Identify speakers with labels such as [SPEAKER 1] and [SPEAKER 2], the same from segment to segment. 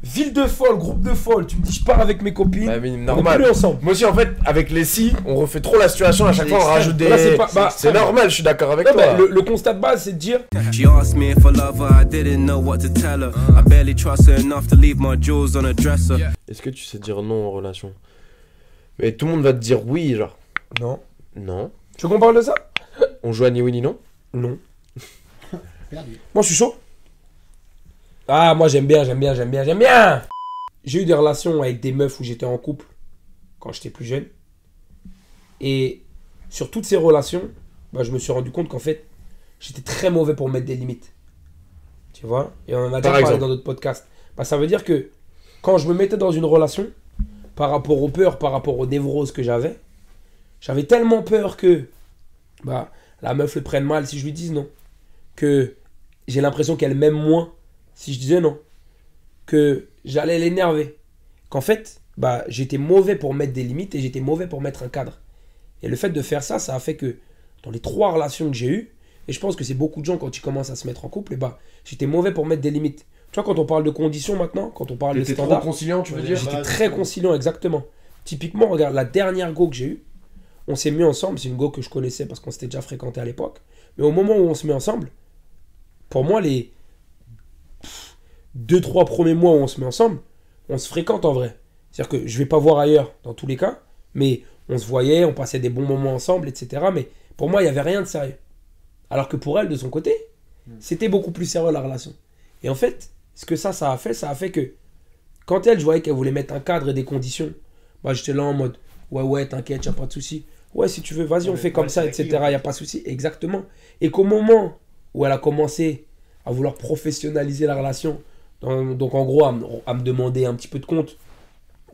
[SPEAKER 1] Ville de folle, groupe de folle, tu me dis je pars avec mes copines.
[SPEAKER 2] Bah, mais
[SPEAKER 1] on est
[SPEAKER 2] normal.
[SPEAKER 1] plus ensemble.
[SPEAKER 2] Moi aussi, en fait, avec les si, on refait trop la situation à chaque fois, on rajoute des.
[SPEAKER 1] Là, c'est pas- bah,
[SPEAKER 2] c'est normal, je suis d'accord avec
[SPEAKER 1] Non,
[SPEAKER 2] toi.
[SPEAKER 1] mais le, le constat de base, c'est de dire
[SPEAKER 3] She asked me if I love her, I didn't know what to tell her. I barely trust her enough to leave my jewels on a dresser.
[SPEAKER 2] Est-ce que tu sais dire non en relation Mais tout le monde va te dire oui, genre.
[SPEAKER 1] Non.
[SPEAKER 2] Non.
[SPEAKER 1] Tu veux qu'on parle de ça
[SPEAKER 2] On joue à ni oui ni non Non.
[SPEAKER 1] Moi, je suis chaud. Ah, moi, j'aime bien, j'aime bien, j'aime bien, j'aime bien. J'ai eu des relations avec des meufs où j'étais en couple quand j'étais plus jeune. Et sur toutes ces relations, bah, je me suis rendu compte qu'en fait, j'étais très mauvais pour mettre des limites. Tu vois Et on en a déjà parlé
[SPEAKER 2] exemple.
[SPEAKER 1] dans d'autres podcasts. Bah, ça veut dire que quand je me mettais dans une relation, par rapport aux peurs, par rapport aux névroses que j'avais, j'avais tellement peur que bah, la meuf le prenne mal si je lui dis non. Que j'ai l'impression qu'elle m'aime moins si je disais non. Que j'allais l'énerver. Qu'en fait, bah, j'étais mauvais pour mettre des limites et j'étais mauvais pour mettre un cadre. Et le fait de faire ça, ça a fait que dans les trois relations que j'ai eues, et je pense que c'est beaucoup de gens quand ils commencent à se mettre en couple, et bah, j'étais mauvais pour mettre des limites. Tu vois, quand on parle de conditions maintenant, quand on parle de
[SPEAKER 2] T'étais trop
[SPEAKER 1] standards,
[SPEAKER 2] conciliant, tu veux dire Bah,
[SPEAKER 1] J'étais très conciliant, exactement. Typiquement, regarde, la dernière go que j'ai eue, on s'est mis ensemble. C'est une go que je connaissais parce qu'on s'était déjà fréquenté à l'époque. Mais au moment où on se met ensemble, pour moi, les 2-3 premiers mois où on se met ensemble, on se fréquente en vrai. C'est-à-dire que je vais pas voir ailleurs dans tous les cas, mais on se voyait, on passait des bons moments ensemble, etc. Mais pour moi, il n'y avait rien de sérieux. Alors que pour elle, de son côté,
[SPEAKER 2] Hmm.
[SPEAKER 1] c'était beaucoup plus sérieux la relation. Et en fait, ce que ça, ça a fait, ça a fait que quand elle, je voyais qu'elle voulait mettre un cadre et des conditions, bah, j'étais là en mode Ouais, ouais, t'inquiète, y a pas de souci. Ouais, si tu veux, vas-y, on fait comme ça, etc. Y a pas de souci, exactement. Et qu'au moment où elle a commencé à vouloir professionnaliser la relation, dans- donc en gros, à, me- à me demander un petit peu de compte,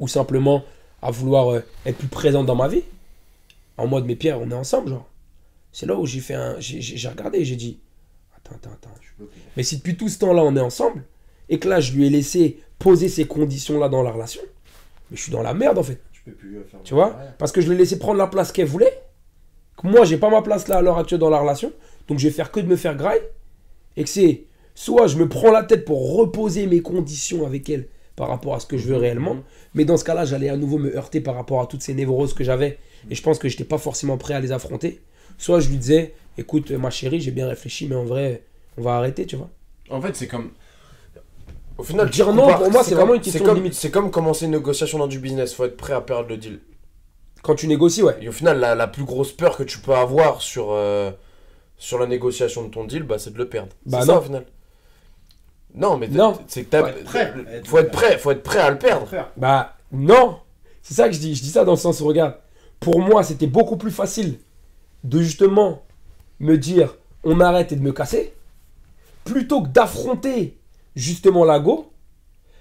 [SPEAKER 1] ou simplement à vouloir euh, être plus présente dans ma vie, en mode Mais Pierre, on est ensemble, genre. C'est là où j'ai fait un. J'ai j'ai- j'ai regardé et j'ai dit Attends, attends, attends. Mais si depuis tout ce temps-là, on est ensemble, et que là, je lui ai laissé poser ces conditions-là dans la relation, mais je suis dans la merde en fait.
[SPEAKER 4] Tu peux plus euh, faire.
[SPEAKER 1] Tu vois Parce que je l'ai laissé prendre la place qu'elle voulait. Que moi, j'ai pas ma place là à l'heure actuelle dans la relation. Donc, je vais faire que de me faire graille. Et que c'est soit je me prends la tête pour reposer mes conditions avec elle par rapport à ce que
[SPEAKER 4] Mhm.
[SPEAKER 1] je veux réellement. Mais dans ce cas-là, j'allais à nouveau me heurter par rapport à toutes ces névroses que j'avais.
[SPEAKER 4] Mhm.
[SPEAKER 1] Et je pense que j'étais pas forcément prêt à les affronter. Soit je lui disais, écoute, ma chérie, j'ai bien réfléchi, mais en vrai, on va arrêter, tu vois.
[SPEAKER 2] En fait, c'est comme. Au final,
[SPEAKER 1] Dire
[SPEAKER 2] tu
[SPEAKER 1] non,
[SPEAKER 2] compares-
[SPEAKER 1] pour moi, c'est
[SPEAKER 2] comme-
[SPEAKER 1] vraiment une question
[SPEAKER 2] c'est comme-
[SPEAKER 1] de limite.
[SPEAKER 2] C'est comme commencer une négociation dans du business, faut être prêt à perdre le deal.
[SPEAKER 1] Quand tu négocies, ouais.
[SPEAKER 2] Et au final, la, la plus grosse peur que tu peux avoir sur, euh, sur la négociation de ton deal, bah, c'est de le perdre.
[SPEAKER 1] Bah
[SPEAKER 2] c'est ça,
[SPEAKER 1] non.
[SPEAKER 2] au final. Non, mais t'es-
[SPEAKER 1] Non.
[SPEAKER 2] c'est que t'as.
[SPEAKER 4] Faut être prêt.
[SPEAKER 2] Faut être prêt, faut être prêt à le perdre.
[SPEAKER 1] Bah non C'est ça que je dis. Je dis ça dans le sens où, regarde, pour moi, c'était beaucoup plus facile de justement me dire on arrête et de me casser, plutôt que d'affronter justement la go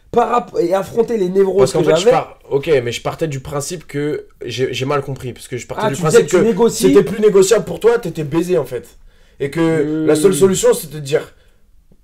[SPEAKER 1] par rap- et affronter les névroses
[SPEAKER 2] Parce qu'en
[SPEAKER 1] que
[SPEAKER 2] fait, je
[SPEAKER 1] j'avais.
[SPEAKER 2] pars. Ok, mais je partais du principe que. J'ai j'ai mal compris, parce que je partais
[SPEAKER 1] Ah,
[SPEAKER 2] du
[SPEAKER 1] tu disais que
[SPEAKER 2] principe
[SPEAKER 1] tu
[SPEAKER 2] que.
[SPEAKER 1] négocies.
[SPEAKER 2] C'était plus négociable pour toi, t'étais baisé en fait. Et que
[SPEAKER 1] Euh.
[SPEAKER 2] la seule solution, c'était de dire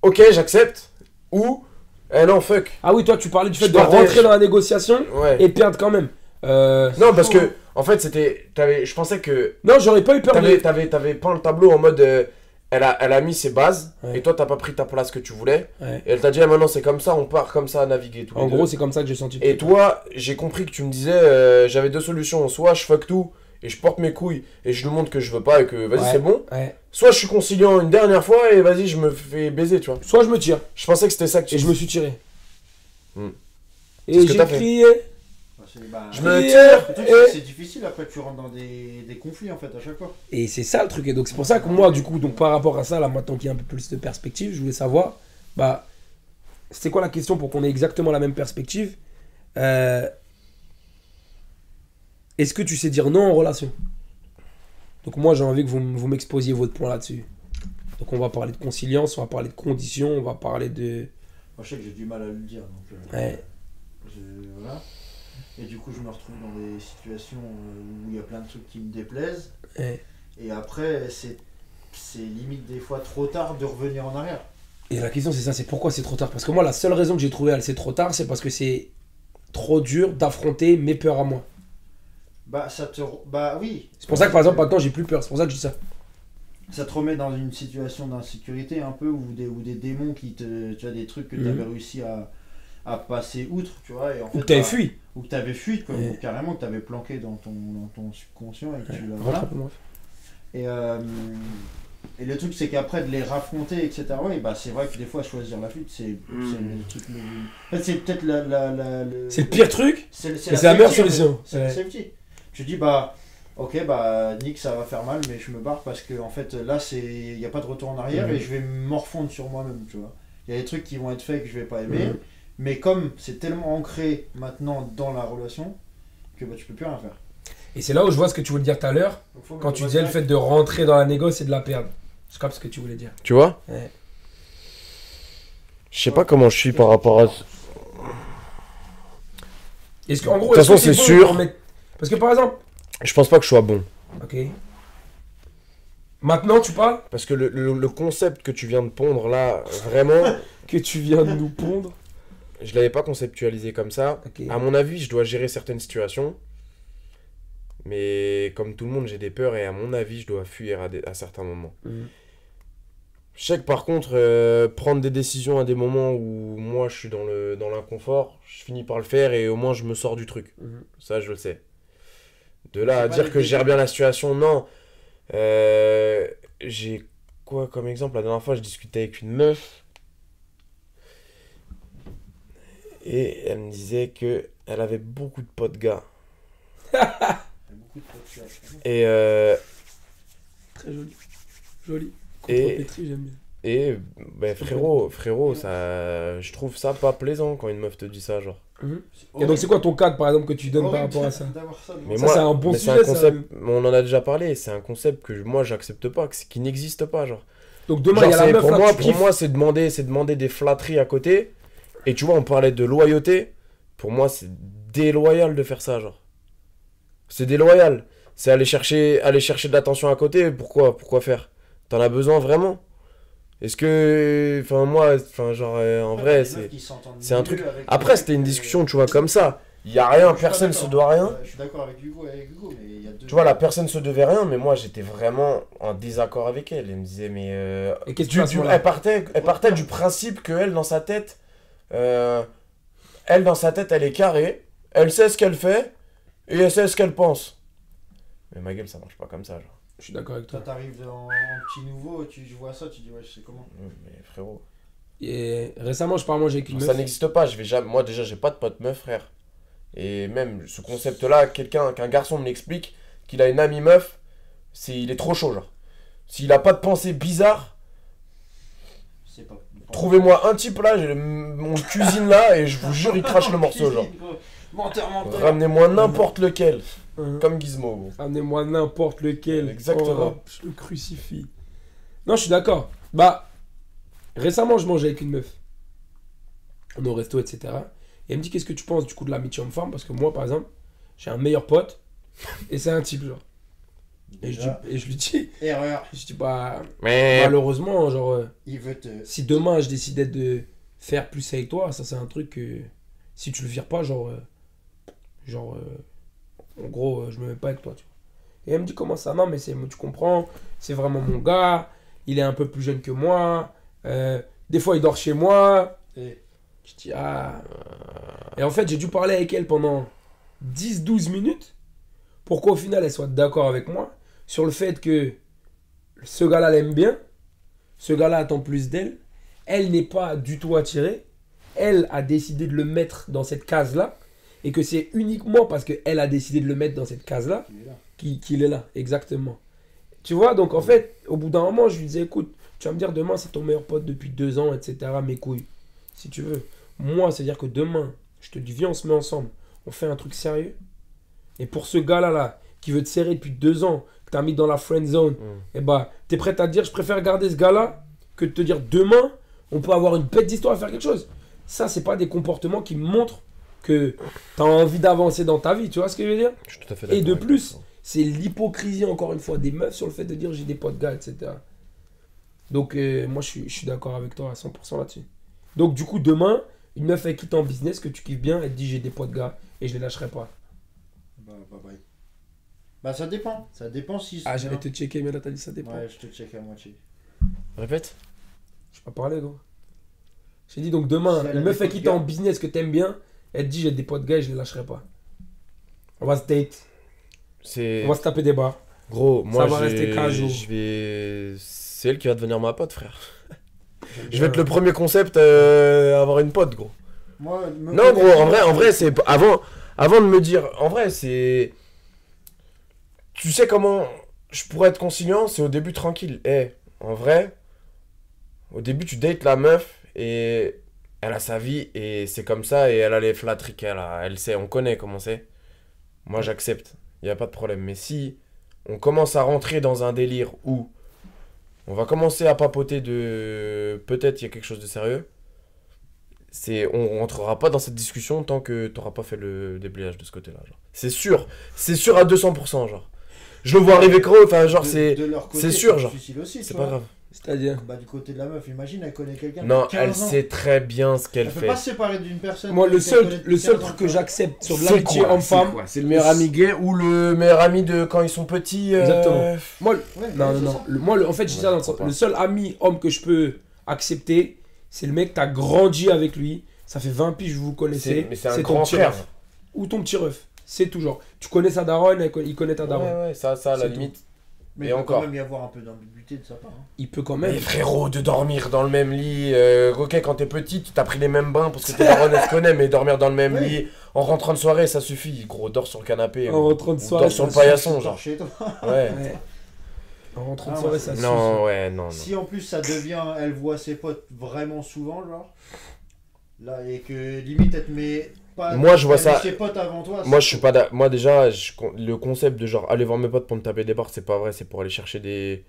[SPEAKER 2] Ok, j'accepte, ou Eh non, fuck.
[SPEAKER 1] Ah oui, toi, tu parlais du fait
[SPEAKER 2] Je
[SPEAKER 1] de
[SPEAKER 2] partais-
[SPEAKER 1] rentrer dans la négociation
[SPEAKER 2] Ouais.
[SPEAKER 1] et perdre quand même. Euh,
[SPEAKER 2] Non, parce que, en fait, c'était. t'avais- Je pensais que.
[SPEAKER 1] Non, j'aurais pas eu peur
[SPEAKER 2] T'avais,
[SPEAKER 1] de.
[SPEAKER 2] t'avais, t'avais peint le tableau en mode. euh, elle, a, elle a mis ses bases,
[SPEAKER 1] Ouais.
[SPEAKER 2] et toi, t'as pas pris ta place que tu voulais.
[SPEAKER 1] Ouais.
[SPEAKER 2] Et elle t'a dit Ah, maintenant, c'est comme ça, on part comme ça à naviguer. tous
[SPEAKER 1] En
[SPEAKER 2] les deux.
[SPEAKER 1] gros, c'est comme ça que j'ai senti. le
[SPEAKER 2] Et
[SPEAKER 1] truc.
[SPEAKER 2] toi, j'ai compris que tu me disais, euh, j'avais deux solutions. Soit je fuck tout et je porte mes couilles et je lui montre que je veux pas et que vas-y,
[SPEAKER 1] Ouais.
[SPEAKER 2] c'est bon.
[SPEAKER 1] Ouais.
[SPEAKER 2] Soit je suis conciliant une dernière fois et vas-y, je me fais baiser, tu vois.
[SPEAKER 1] Soit je me tire
[SPEAKER 2] Je pensais que c'était ça que tu
[SPEAKER 1] et je me suis tiré.
[SPEAKER 2] Hmm. C'est
[SPEAKER 1] Et
[SPEAKER 2] ce que
[SPEAKER 1] j'ai
[SPEAKER 2] t'as fait.
[SPEAKER 1] crié.
[SPEAKER 2] Je me
[SPEAKER 1] crié,
[SPEAKER 2] tire
[SPEAKER 4] bah, Le truc,
[SPEAKER 1] et-
[SPEAKER 4] c'est que c'est difficile après, tu rentres dans des, des conflits en fait à chaque fois.
[SPEAKER 1] Et c'est ça le truc. Et donc c'est pour ça que moi, du coup, donc par rapport à ça, là maintenant qu'il y a un peu plus de perspective, je voulais savoir, bah, c'était quoi la question pour qu'on ait exactement la même perspective Euh, Est-ce que tu sais dire non en relation Donc moi, j'ai envie que vous, m- vous m'exposiez votre point là-dessus. Donc on va parler de conciliance, on va parler de conditions, on va parler de.
[SPEAKER 4] Moi je sais que j'ai du mal à le dire donc. euh,
[SPEAKER 1] Ouais.
[SPEAKER 4] je- voilà. Et du coup je me retrouve dans des situations euh, où il y a plein de trucs qui me déplaisent.
[SPEAKER 1] Ouais.
[SPEAKER 4] Et après c'est c'est limite des fois trop tard de revenir en arrière.
[SPEAKER 1] Et la question c'est ça, c'est pourquoi c'est trop tard Parce que moi, la seule raison que j'ai trouvé à le c'est trop tard, c'est parce que c'est trop dur d'affronter mes peurs à moi.
[SPEAKER 4] Bah ça te re- bah oui.
[SPEAKER 1] C'est pour ça que par exemple maintenant j'ai plus peur, c'est pour ça que je dis ça.
[SPEAKER 4] ça te remet dans une situation d'insécurité un peu ou des, ou des démons qui te tu as des trucs que
[SPEAKER 1] Mhm.
[SPEAKER 4] tu avais réussi à, à passer outre, tu vois. Et en
[SPEAKER 1] Ou
[SPEAKER 4] fait, bah,
[SPEAKER 1] que
[SPEAKER 2] Bah,
[SPEAKER 1] t'avais
[SPEAKER 4] à-
[SPEAKER 1] fui.
[SPEAKER 4] Ou que t'avais fui, quoi,
[SPEAKER 1] Ouais.
[SPEAKER 4] ou carrément que t'avais planqué dans ton, dans ton subconscient et que tu l'as.
[SPEAKER 1] Voilà.
[SPEAKER 4] Voilà. Et, euh, et le truc, c'est qu'après de les raffronter, etc., ouais, bah, c'est vrai que des fois, choisir la fuite, c'est c'est le truc le- En fait, c'est peut-être la. la, la- le...
[SPEAKER 1] C'est le pire truc,
[SPEAKER 4] C'est c'est
[SPEAKER 1] mais c'est la meilleure
[SPEAKER 4] safety, en fait.
[SPEAKER 1] solution.
[SPEAKER 4] C'est la
[SPEAKER 1] Ouais.
[SPEAKER 4] safety. Tu dis, bah, ok, bah, Nick, ça va faire mal, mais je me barre parce que, en fait, là, il n'y a pas de retour en arrière
[SPEAKER 1] Mhm.
[SPEAKER 4] et je vais me morfondre sur moi-même, tu vois. Il y a des trucs qui vont être faits que je vais pas aimer,
[SPEAKER 1] Mhm.
[SPEAKER 4] mais comme c'est tellement ancré maintenant dans la relation, que bah, tu peux plus rien faire.
[SPEAKER 1] Et c'est là où je vois ce que tu voulais dire tout à l'heure,
[SPEAKER 4] Donc, faut que
[SPEAKER 1] quand
[SPEAKER 4] je
[SPEAKER 1] tu
[SPEAKER 4] me
[SPEAKER 1] disais le
[SPEAKER 4] respecte.
[SPEAKER 1] fait de rentrer dans la négoce et de la perdre. Je capte ce que tu voulais dire.
[SPEAKER 2] Tu vois
[SPEAKER 1] Ouais.
[SPEAKER 2] Je sais pas comment je suis par rapport à.
[SPEAKER 1] Est-ce que, en gros,
[SPEAKER 2] De toute
[SPEAKER 1] est-ce que
[SPEAKER 2] façon, c'est
[SPEAKER 1] bon
[SPEAKER 2] sûr.
[SPEAKER 1] de remettre- Parce que par exemple,
[SPEAKER 2] Je pense pas que je sois bon.
[SPEAKER 1] ok. Maintenant, tu parles
[SPEAKER 2] Parce que le, le- le concept que tu viens de pondre là, vraiment,
[SPEAKER 1] que tu viens de nous pondre. Ah.
[SPEAKER 2] je l'avais pas conceptualisé comme ça.
[SPEAKER 1] Ok.
[SPEAKER 2] À mon avis, je dois gérer certaines situations. Mais comme tout le monde, j'ai des peurs et à mon avis, je dois fuir à, des- à certains moments.
[SPEAKER 1] Mhm.
[SPEAKER 2] Je sais que par contre, euh, prendre des décisions à des moments où moi je suis dans le dans l'inconfort, je finis par le faire et au moins je me sors du truc.
[SPEAKER 1] Mhm.
[SPEAKER 2] Ça, je le sais. De là
[SPEAKER 4] C'est
[SPEAKER 2] à
[SPEAKER 4] pas
[SPEAKER 2] dire
[SPEAKER 4] des
[SPEAKER 2] que je gère
[SPEAKER 4] décisions.
[SPEAKER 2] bien la situation, non. Euh, j'ai quoi comme exemple La dernière fois, je discutais avec une meuf. Et elle me disait que elle avait beaucoup de potes gars.
[SPEAKER 4] Il y a beaucoup de podcasts.
[SPEAKER 2] Et, euh,
[SPEAKER 1] Très joli. Joli.
[SPEAKER 2] Et-
[SPEAKER 1] Contre-pétri, j'aime bien.
[SPEAKER 2] et ben, frérot, frérot, ça, je trouve ça pas plaisant quand une meuf te dit ça, genre.
[SPEAKER 4] C'est
[SPEAKER 1] Mhm. Et donc,
[SPEAKER 4] horrible.
[SPEAKER 1] c'est quoi ton cadre, par exemple, que tu donnes par
[SPEAKER 4] Horrible
[SPEAKER 1] rapport à ça
[SPEAKER 4] d'avoir ça,
[SPEAKER 2] Mais
[SPEAKER 1] Ça,
[SPEAKER 2] moi,
[SPEAKER 1] c'est un bon
[SPEAKER 2] mais c'est
[SPEAKER 1] sujet, ça.
[SPEAKER 2] concept, mais on en a déjà parlé, c'est un concept que moi j'accepte pas, que- qui n'existe pas, genre.
[SPEAKER 1] Donc, demain,
[SPEAKER 2] Genre,
[SPEAKER 1] il y a la
[SPEAKER 2] c'est-
[SPEAKER 1] meuf
[SPEAKER 2] pour
[SPEAKER 1] là,
[SPEAKER 2] moi,
[SPEAKER 1] tu
[SPEAKER 2] pour
[SPEAKER 1] kiffes.
[SPEAKER 2] moi, c'est demander, c'est demander des flatteries à côté. Et tu vois, on parlait de loyauté. Pour moi, c'est déloyal de faire ça, genre. C'est déloyal. C'est aller chercher, aller chercher de l'attention à côté. Pourquoi, pourquoi faire T'en as besoin vraiment Est-ce que, enfin moi, enfin genre euh, en vrai, c'est. c'est un truc- Après, c'était une discussion, tu vois, comme ça. Il y a rien, personne se doit rien.
[SPEAKER 4] Je suis d'accord avec Hugo et avec Hugo, mais il y a deux.
[SPEAKER 2] Tu vois, la personne se devait rien, mais moi, j'étais vraiment en désaccord avec elle. Elle me disait, mais euh,
[SPEAKER 1] Et qu'est-ce que tu
[SPEAKER 2] Du-
[SPEAKER 1] fais à ce
[SPEAKER 2] du-
[SPEAKER 1] moment-là
[SPEAKER 2] elle partait, elle partait du principe que elle dans sa tête, euh, elle dans sa tête, elle est carrée, elle sait ce qu'elle fait et elle sait ce qu'elle pense. Mais ma gueule, ça marche pas comme ça, genre.
[SPEAKER 1] Je suis d'accord avec
[SPEAKER 4] Toi,
[SPEAKER 1] toi.
[SPEAKER 4] t'arrives en, en petit nouveau, tu je vois ça, tu dis, ouais, je sais comment.
[SPEAKER 2] Mm, Mais frérot,
[SPEAKER 1] Et récemment, je parle manger avec une
[SPEAKER 2] ça
[SPEAKER 1] meuf.
[SPEAKER 2] n'existe pas. Je vais jamais, moi déjà, j'ai pas de pote meuf, frère. Et même ce concept-là, quelqu'un, qu'un garçon me l'explique, qu'il a une amie meuf, c'est, il est trop chaud, genre. S'il a pas de pensée bizarre,
[SPEAKER 4] C'est pas.
[SPEAKER 2] trouvez-moi un type là, j'ai- mon cuisine là, et je vous jure, il crache le morceau, genre.
[SPEAKER 4] euh, Menteur, menteur.
[SPEAKER 2] Ramenez-moi n'importe lequel,
[SPEAKER 1] Hein.
[SPEAKER 2] comme Gizmo. gros.
[SPEAKER 1] Amenez-moi n'importe lequel.
[SPEAKER 2] Exactement.
[SPEAKER 1] Oh, hop, je le crucifie. Non, je suis d'accord. Bah, récemment, je mangeais avec une meuf. On est au resto, etc. Et elle me dit Qu'est-ce que tu penses du coup de l'amitié homme-femme Parce que moi, par exemple, j'ai un meilleur pote et c'est un type, genre. Et je, dis,
[SPEAKER 4] Déjà,
[SPEAKER 1] et je lui dis
[SPEAKER 4] Erreur.
[SPEAKER 1] Je dis, bah,
[SPEAKER 2] Mais
[SPEAKER 1] malheureusement, genre, euh,
[SPEAKER 4] Il veut te.
[SPEAKER 1] si demain je décidais de faire plus avec toi, ça, c'est un truc que si tu le vires pas, genre. euh, genre. euh, en gros, euh, je me mets pas avec toi, tu vois. Et elle me dit comment ça Non, mais c'est, tu comprends, c'est vraiment mon gars, il est un peu plus jeune que moi, euh, des fois il dort chez moi.
[SPEAKER 4] Et-
[SPEAKER 1] Je dis ah. Et en fait, j'ai dû parler avec elle pendant 10-12 minutes pour qu'au final elle soit d'accord avec moi sur le fait que ce gars-là l'aime bien, ce gars-là attend plus d'elle, elle n'est pas du tout attirée, elle a décidé de le mettre dans cette case-là, et que c'est uniquement parce qu'elle a décidé de le mettre dans cette case-là
[SPEAKER 4] Il est là.
[SPEAKER 1] qui- qu'il est là, exactement. Tu vois, donc en fait, au bout d'un moment, je lui disais, écoute, tu vas me dire demain, c'est ton meilleur pote depuis deux ans, etc., mes couilles, si tu veux. Moi, c'est-à-dire que demain, je te dis, viens, on se met ensemble, on fait un truc sérieux. Et pour ce gars-là, là, qui veut te serrer depuis deux ans, que t'as mis dans la friend zone,
[SPEAKER 2] Mm.
[SPEAKER 1] et bah, t'es prête à te dire, je préfère garder ce gars-là que de te dire, demain, on peut avoir une bête d'histoire à faire quelque chose. Ça, c'est pas des comportements qui montrent que t'as envie d'avancer dans ta vie, tu vois ce que je veux dire
[SPEAKER 2] je suis tout à fait
[SPEAKER 1] Et
[SPEAKER 2] d'accord
[SPEAKER 1] de
[SPEAKER 2] avec
[SPEAKER 1] plus,
[SPEAKER 2] toi.
[SPEAKER 1] c'est l'hypocrisie, encore une fois, des meufs sur le fait de dire j'ai des potes gars, etc. Donc, euh, moi, je suis, je suis d'accord avec toi à 100% là-dessus. Donc, du coup, demain, une meuf avec qui t'es en business, que tu kiffes bien, elle te dit j'ai des potes gars et je les lâcherai pas.
[SPEAKER 4] Bah, bye bye. Bah, ça dépend. Ça dépend si.
[SPEAKER 1] Ah, j'allais te checker, mais là, t'as dit ça dépend.
[SPEAKER 4] Ouais, je te check à moitié.
[SPEAKER 2] Répète.
[SPEAKER 1] Je vais pas parler, gros. J'ai dit donc demain,
[SPEAKER 4] Si elle a
[SPEAKER 1] une meuf
[SPEAKER 4] des
[SPEAKER 1] avec qui
[SPEAKER 4] potes
[SPEAKER 1] t'es en
[SPEAKER 4] gars.
[SPEAKER 1] business que t'aimes bien, elle te dit j'ai des potes gars et je les lâcherai pas. On va se date,
[SPEAKER 2] C'est.
[SPEAKER 1] on va se taper des barres.
[SPEAKER 2] Gros, moi,
[SPEAKER 1] va
[SPEAKER 2] j'ai-
[SPEAKER 1] rester qu'un jour.
[SPEAKER 2] je vais. C'est elle qui va devenir ma pote, frère. Je vais être le premier concept euh, à avoir une pote, gros.
[SPEAKER 4] Moi, me
[SPEAKER 2] Non, gros, en vrai, en vrai, c'est avant, avant de me dire, en vrai, c'est. Tu sais comment je pourrais être conciliant, c'est au début tranquille. Eh, en vrai, au début tu dates la meuf et elle a sa vie et c'est comme ça et elle a les flatteries qu'elle a. Elle sait, on connaît comment c'est. Moi, j'accepte. Il n'y a pas de problème. Mais si on commence à rentrer dans un délire où on va commencer à papoter de peut-être il y a quelque chose de sérieux, c'est on rentrera pas dans cette discussion tant que t'auras pas fait le déblayage de ce côté-là. genre. C'est sûr, c'est sûr à 200%. Genre, je le vois arriver gros. Enfin, genre
[SPEAKER 4] de-
[SPEAKER 2] c'est,
[SPEAKER 4] de leur côté,
[SPEAKER 2] c'est sûr, genre.
[SPEAKER 4] difficile aussi,
[SPEAKER 2] c'est
[SPEAKER 4] tu
[SPEAKER 2] pas
[SPEAKER 4] vois.
[SPEAKER 2] grave.
[SPEAKER 1] C'est-à-dire,
[SPEAKER 4] Bah, du côté de la meuf, imagine, elle connaît quelqu'un.
[SPEAKER 2] Non,
[SPEAKER 4] depuis 15
[SPEAKER 2] elle
[SPEAKER 4] ans.
[SPEAKER 2] sait très bien ce qu'elle
[SPEAKER 4] Elle peut
[SPEAKER 2] fait.
[SPEAKER 4] pas se séparer d'une personne.
[SPEAKER 1] moi le
[SPEAKER 4] qu'elle connaît
[SPEAKER 1] seul,
[SPEAKER 4] depuis
[SPEAKER 1] le seul
[SPEAKER 4] 15 ans,
[SPEAKER 1] truc
[SPEAKER 4] tu
[SPEAKER 1] que
[SPEAKER 4] vois.
[SPEAKER 1] j'accepte sur de
[SPEAKER 2] C'est
[SPEAKER 1] l'amitié
[SPEAKER 2] quoi C'est
[SPEAKER 1] homme-femme,
[SPEAKER 2] quoi C'est le meilleur ami gay ou le meilleur ami de quand ils sont petits. euh,
[SPEAKER 1] Exactement. moi
[SPEAKER 4] Ouais,
[SPEAKER 1] Non,
[SPEAKER 4] ouais,
[SPEAKER 1] non,
[SPEAKER 4] c'est
[SPEAKER 1] non.
[SPEAKER 4] ça.
[SPEAKER 1] Euh, Le- moi, le- en fait, je dis
[SPEAKER 2] Ouais,
[SPEAKER 1] ça dans le
[SPEAKER 2] je
[SPEAKER 1] sens-
[SPEAKER 2] comprends.
[SPEAKER 1] Le seul ami homme que je peux accepter, c'est le mec, t'as grandi avec lui. Ça fait 20 piges que vous connaissez.
[SPEAKER 2] C'est, mais c'est un
[SPEAKER 1] ton
[SPEAKER 2] grand
[SPEAKER 1] petit
[SPEAKER 2] frère.
[SPEAKER 1] ref. Ou ton petit ref. C'est tout genre. Tu connais sa daronne, elle co- il connaît ta
[SPEAKER 2] Ouais,
[SPEAKER 1] daronne.
[SPEAKER 2] ouais, ça, ça, à la
[SPEAKER 1] C'est tout.
[SPEAKER 2] limite.
[SPEAKER 4] Mais
[SPEAKER 2] Et
[SPEAKER 4] il peut
[SPEAKER 2] encore.
[SPEAKER 4] quand même y avoir un peu d'ambiguïté de sa part. hein.
[SPEAKER 1] Il peut quand même.
[SPEAKER 2] Mais frérot, de dormir dans le même lit. euh, ok, quand t'es petit, tu t'as pris les mêmes bains parce que tes darons elles se connaissent, mais dormir dans le même
[SPEAKER 4] Oui.
[SPEAKER 2] lit en rentrant de soirée, ça suffit. Gros, dors sur le canapé.
[SPEAKER 1] En
[SPEAKER 2] ou-
[SPEAKER 1] rentrant de
[SPEAKER 2] ou
[SPEAKER 1] soirée,
[SPEAKER 2] dors sur
[SPEAKER 1] ça
[SPEAKER 2] le paillasson,
[SPEAKER 4] Tu
[SPEAKER 2] genre.
[SPEAKER 4] dors chez toi.
[SPEAKER 2] Ouais.
[SPEAKER 1] Ouais. En rentrant de
[SPEAKER 4] Ah,
[SPEAKER 1] soirée,
[SPEAKER 4] ouais,
[SPEAKER 1] ça suffit.
[SPEAKER 2] Non, ouais, Oh non, non.
[SPEAKER 4] Si en plus ça devient, elle voit ses potes vraiment souvent, genre, là, et que limite elle te met pas.
[SPEAKER 2] Moi, je vois
[SPEAKER 4] elle met
[SPEAKER 2] ça-
[SPEAKER 4] ses potes avant toi.
[SPEAKER 2] Moi,
[SPEAKER 4] c'est-
[SPEAKER 2] je suis pas. d'a- Moi, déjà, je con- le concept de genre aller voir mes potes pour me taper des barres, c'est pas vrai. C'est pour aller chercher des.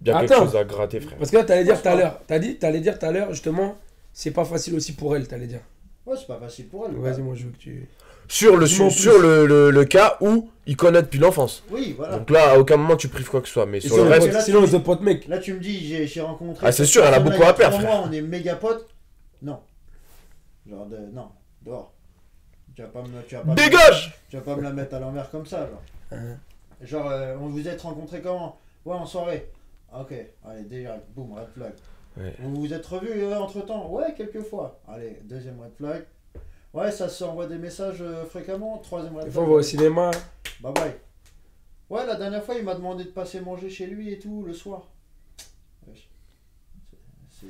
[SPEAKER 2] Il y a quelque
[SPEAKER 1] Attends.
[SPEAKER 2] chose à gratter, frère.
[SPEAKER 1] Parce que là, t'allais dire tout à l'heure. T'as dit, t'allais dire tout à l'heure, justement, c'est pas facile aussi pour elle, t'allais dire.
[SPEAKER 4] Ouais, c'est pas facile pour elle.
[SPEAKER 1] Vas-y, moi, je veux que tu.
[SPEAKER 2] Sur le,
[SPEAKER 1] Dis-moi en
[SPEAKER 2] sur le, le, le cas où ils connaissent depuis l'enfance.
[SPEAKER 4] Oui, voilà.
[SPEAKER 2] Donc là, à aucun moment tu prives quoi que ce soit. Mais
[SPEAKER 1] Et
[SPEAKER 2] sur
[SPEAKER 1] sinon,
[SPEAKER 2] le
[SPEAKER 1] le
[SPEAKER 2] reste,
[SPEAKER 1] pote- sinon, le pote mec.
[SPEAKER 4] Là, tu me dis, j'ai j'ai rencontré.
[SPEAKER 2] Ah, c'est sûr, elle a beaucoup à perdre,
[SPEAKER 4] Pour moi, on est méga potes. Non. Genre, de... non, dehors. Tu vas pas me, tu vas pas me-
[SPEAKER 2] dégage
[SPEAKER 4] tu vas pas me la mettre à l'envers comme ça, genre.
[SPEAKER 1] Hein.
[SPEAKER 4] Genre, euh, on vous êtes rencontrés comment Ouais, en soirée. Ah, Ok, allez, déjà, boum, red flag.
[SPEAKER 2] Ouais.
[SPEAKER 4] Vous vous êtes revus entre temps Ouais, quelques fois. Allez, deuxième red flag. Ouais, ça s'envoie des messages euh, fréquemment. Troisième red
[SPEAKER 1] Des
[SPEAKER 4] flag. euh,
[SPEAKER 1] fois, on va au cinéma.
[SPEAKER 4] Bye bye. Ouais, la dernière fois, il m'a demandé de passer manger chez lui et tout, le soir. Wesh. C'est-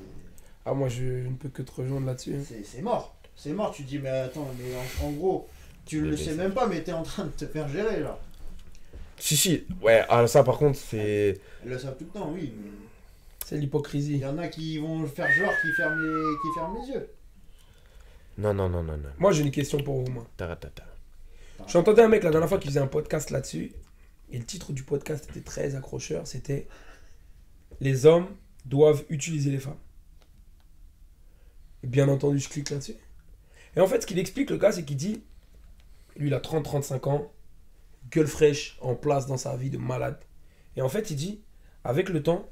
[SPEAKER 1] Ah, moi, je je ne peux que te rejoindre là-dessus.
[SPEAKER 4] c'est- C'est c'est mort. C'est mort, tu te dis, mais attends, mais en, en gros, tu
[SPEAKER 2] Mais
[SPEAKER 4] le
[SPEAKER 2] bien
[SPEAKER 4] sais
[SPEAKER 2] sûr.
[SPEAKER 4] même pas, mais t'es en train de te faire gérer, là.
[SPEAKER 2] Si, si. Ouais, ah, ça par contre, c'est.
[SPEAKER 4] Ils le savent tout le temps, oui. mais
[SPEAKER 1] C'est
[SPEAKER 4] Il
[SPEAKER 1] l'hypocrisie.
[SPEAKER 4] y en a qui vont faire genre qui ferment les, qui ferment les yeux.
[SPEAKER 2] Non, non, non, non, non.
[SPEAKER 1] Moi, j'ai une question pour vous, moi.
[SPEAKER 2] Taratata.
[SPEAKER 1] J'entendais un mec la dernière fois qui faisait un podcast là-dessus. Et le titre du podcast était très accrocheur. C'était Les hommes doivent utiliser les femmes. Et bien entendu, je clique là-dessus. Et en fait, ce qu'il explique, le gars, c'est qu'il dit Lui, il a 30-35 ans, gueule fraîche, en place dans sa vie de malade. Et en fait, il dit Avec le temps,